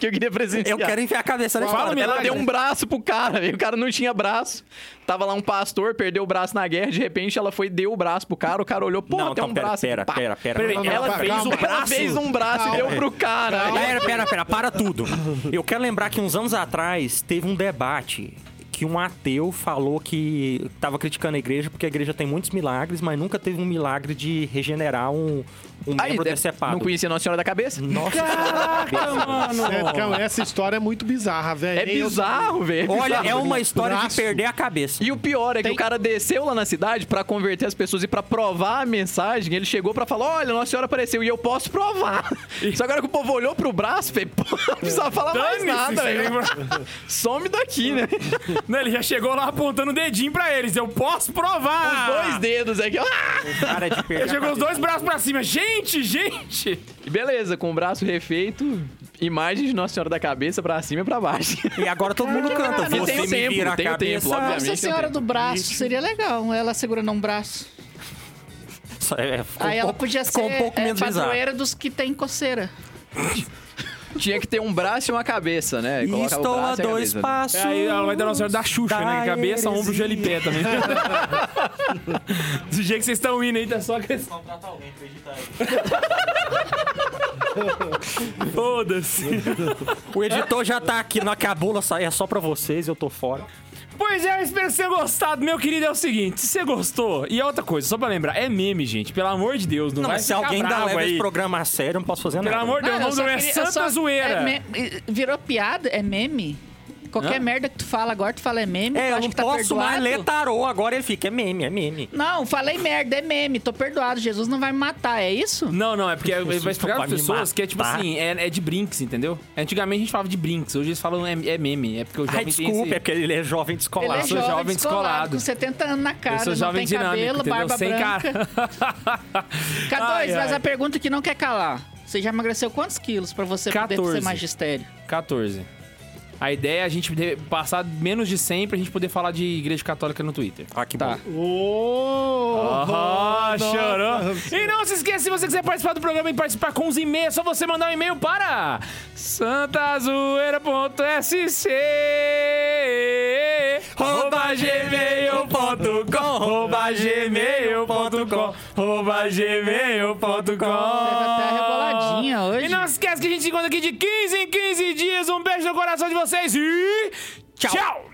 Speaker 4: que eu queria presenciar.
Speaker 3: Eu quero enfiar a cabeça nele.
Speaker 1: Fala,
Speaker 4: Ela
Speaker 1: milagre.
Speaker 4: deu um braço pro cara, velho. O cara não tinha braço. Tava lá um pastor, perdeu o braço na guerra. De repente, ela foi e deu o braço pro cara. O cara olhou, pô,
Speaker 3: Não,
Speaker 4: tem
Speaker 3: então,
Speaker 4: um
Speaker 3: pera,
Speaker 4: braço.
Speaker 3: pera,
Speaker 4: Pá.
Speaker 3: pera, pera.
Speaker 1: Pera aí,
Speaker 4: Ela
Speaker 5: Calma,
Speaker 4: fez
Speaker 5: calma.
Speaker 4: um braço. Ela fez um braço e deu pro cara.
Speaker 3: Pera, pera, pera, para tudo. Eu quero lembrar que uns anos atrás teve um debate que um ateu falou que tava criticando a igreja porque a igreja tem muitos milagres, mas nunca teve um milagre de regenerar um, um
Speaker 4: Aí,
Speaker 3: membro
Speaker 4: deve-
Speaker 3: decepado.
Speaker 4: não conhecia Nossa Senhora da Cabeça?
Speaker 3: Nossa,
Speaker 1: Caraca, Ah, mano.
Speaker 5: é, calma, essa história é muito bizarra, velho.
Speaker 4: É
Speaker 5: Nem eu-
Speaker 4: bizarro, velho.
Speaker 3: olha,
Speaker 4: bizarro.
Speaker 3: é uma história de
Speaker 5: braço.
Speaker 3: perder a cabeça.
Speaker 4: E o pior é que o cara desceu lá na cidade pra converter as pessoas e pra provar a mensagem. Ele chegou pra falar: Olha, Nossa Senhora apareceu e eu posso provar. Só agora que o povo olhou pro braço, velho, pô, não precisava falar mais
Speaker 1: Dane-se,
Speaker 4: nada,
Speaker 1: você
Speaker 4: velho. Some daqui, né?
Speaker 1: Não, ele já chegou lá apontando o dedinho pra eles. Eu posso provar.
Speaker 4: Os dois dedos aqui. Ah!
Speaker 3: Cara, de perder
Speaker 1: Ele
Speaker 3: a
Speaker 1: chegou os
Speaker 3: cabeça.
Speaker 1: dois braços pra cima. Gente, gente.
Speaker 4: E Beleza, com o braço refeito, imagem de Nossa Senhora da cabeça pra cima e pra baixo.
Speaker 3: E agora todo mundo canta.
Speaker 4: Não tem
Speaker 3: Você
Speaker 4: o
Speaker 3: me
Speaker 4: tempo,
Speaker 3: vira
Speaker 4: não
Speaker 3: a
Speaker 4: tem o tempo,
Speaker 3: cabeça.
Speaker 4: obviamente.
Speaker 2: Nossa
Speaker 4: eu
Speaker 2: Senhora
Speaker 4: tenho.
Speaker 2: do Braço, seria legal. Ela segurando um braço.
Speaker 3: É, ficou
Speaker 2: Aí
Speaker 3: um
Speaker 2: ela
Speaker 3: pouco-
Speaker 2: podia ser
Speaker 3: ficou um pouco
Speaker 2: é,
Speaker 3: menos bizarro.
Speaker 2: padroeira dos que tem coceira.
Speaker 4: Tinha que ter um braço e uma cabeça, né?
Speaker 3: E
Speaker 4: Colocava o
Speaker 3: Estou a
Speaker 4: braço e a
Speaker 3: dois
Speaker 4: cabeça.
Speaker 3: passos.
Speaker 1: Aí ela vai dar nossa senhora da Xuxa, né? Cabeça, ombro, joelho e pé também. Do jeito que vocês estão indo aí, tá só que... Foda-se.
Speaker 3: O editor já tá aqui na cabula, é só pra vocês, eu tô fora.
Speaker 1: Pois é, eu espero que você tenha gostado, meu querido. É o seguinte, se você gostou... E outra coisa, só pra lembrar, é meme, gente. Pelo amor de Deus, não,
Speaker 3: Não,
Speaker 1: vai
Speaker 3: mas se
Speaker 1: ficar
Speaker 3: alguém ainda
Speaker 1: bravo
Speaker 3: leva
Speaker 1: aí.
Speaker 3: esse programa a sério, eu não posso fazer
Speaker 1: Pelo
Speaker 2: Ah,
Speaker 3: nada.
Speaker 1: amor de Deus, é
Speaker 2: Não,
Speaker 1: o
Speaker 2: eu
Speaker 1: nome do
Speaker 2: só
Speaker 1: é
Speaker 2: queria- eu
Speaker 1: Santa
Speaker 2: só-
Speaker 1: Zoeira.
Speaker 2: é me- virou piada? É meme? Qualquer merda que tu fala agora, tu fala é meme. tu
Speaker 3: É, eu
Speaker 2: acha
Speaker 3: não
Speaker 2: que tá
Speaker 3: posso mais
Speaker 2: perdoado.
Speaker 3: ler tarô, agora ele fica, é meme, é meme.
Speaker 2: Não, falei merda, é meme, tô perdoado. Jesus não vai me matar, é isso?
Speaker 1: Não, não, é porque ele vai explicar
Speaker 3: Vai
Speaker 1: para
Speaker 3: me
Speaker 1: pessoas que é tipo
Speaker 3: matar.
Speaker 1: assim, é, é de brinks, entendeu? Antigamente a gente falava de brinks, hoje eles falam é, é meme, é porque o jovem
Speaker 3: Ai,
Speaker 1: tem
Speaker 3: desculpa,
Speaker 1: esse-
Speaker 3: é porque ele é jovem descolado.
Speaker 2: Ele é
Speaker 1: sou
Speaker 2: jovem,
Speaker 1: jovem
Speaker 2: descolado,
Speaker 1: descolado.
Speaker 2: com 70 anos na cara,
Speaker 1: Eu sou
Speaker 2: não
Speaker 1: jovem
Speaker 2: tem
Speaker 1: dinâmico,
Speaker 2: cabelo,
Speaker 1: entendeu?
Speaker 2: barba
Speaker 1: Sem
Speaker 2: branca.
Speaker 1: cara.
Speaker 2: K2,
Speaker 1: Ai,
Speaker 2: mas
Speaker 1: ai.
Speaker 2: a pergunta é que não quer calar. Você já emagreceu quantos quilos pra você poder
Speaker 1: 14.
Speaker 2: ser magistério?
Speaker 1: 14. A ideia é a gente de- passar menos de 100 pra gente poder falar de igreja católica no Twitter.
Speaker 3: Ah, que
Speaker 2: Tá.
Speaker 3: bom.
Speaker 1: Ah, chorou. E não se esqueça, se você quiser participar do programa e participar com os e-mails, é só você mandar um e-mail para santazoeira.sc arroba gmail.com arroba gmail.com arroba
Speaker 2: Teve até a
Speaker 1: gmail.com
Speaker 2: reboladinha hoje.
Speaker 1: E não se esquece que a gente se encontra aqui de 15 em 15 dias. Um beijo no coração de vocês e tchau.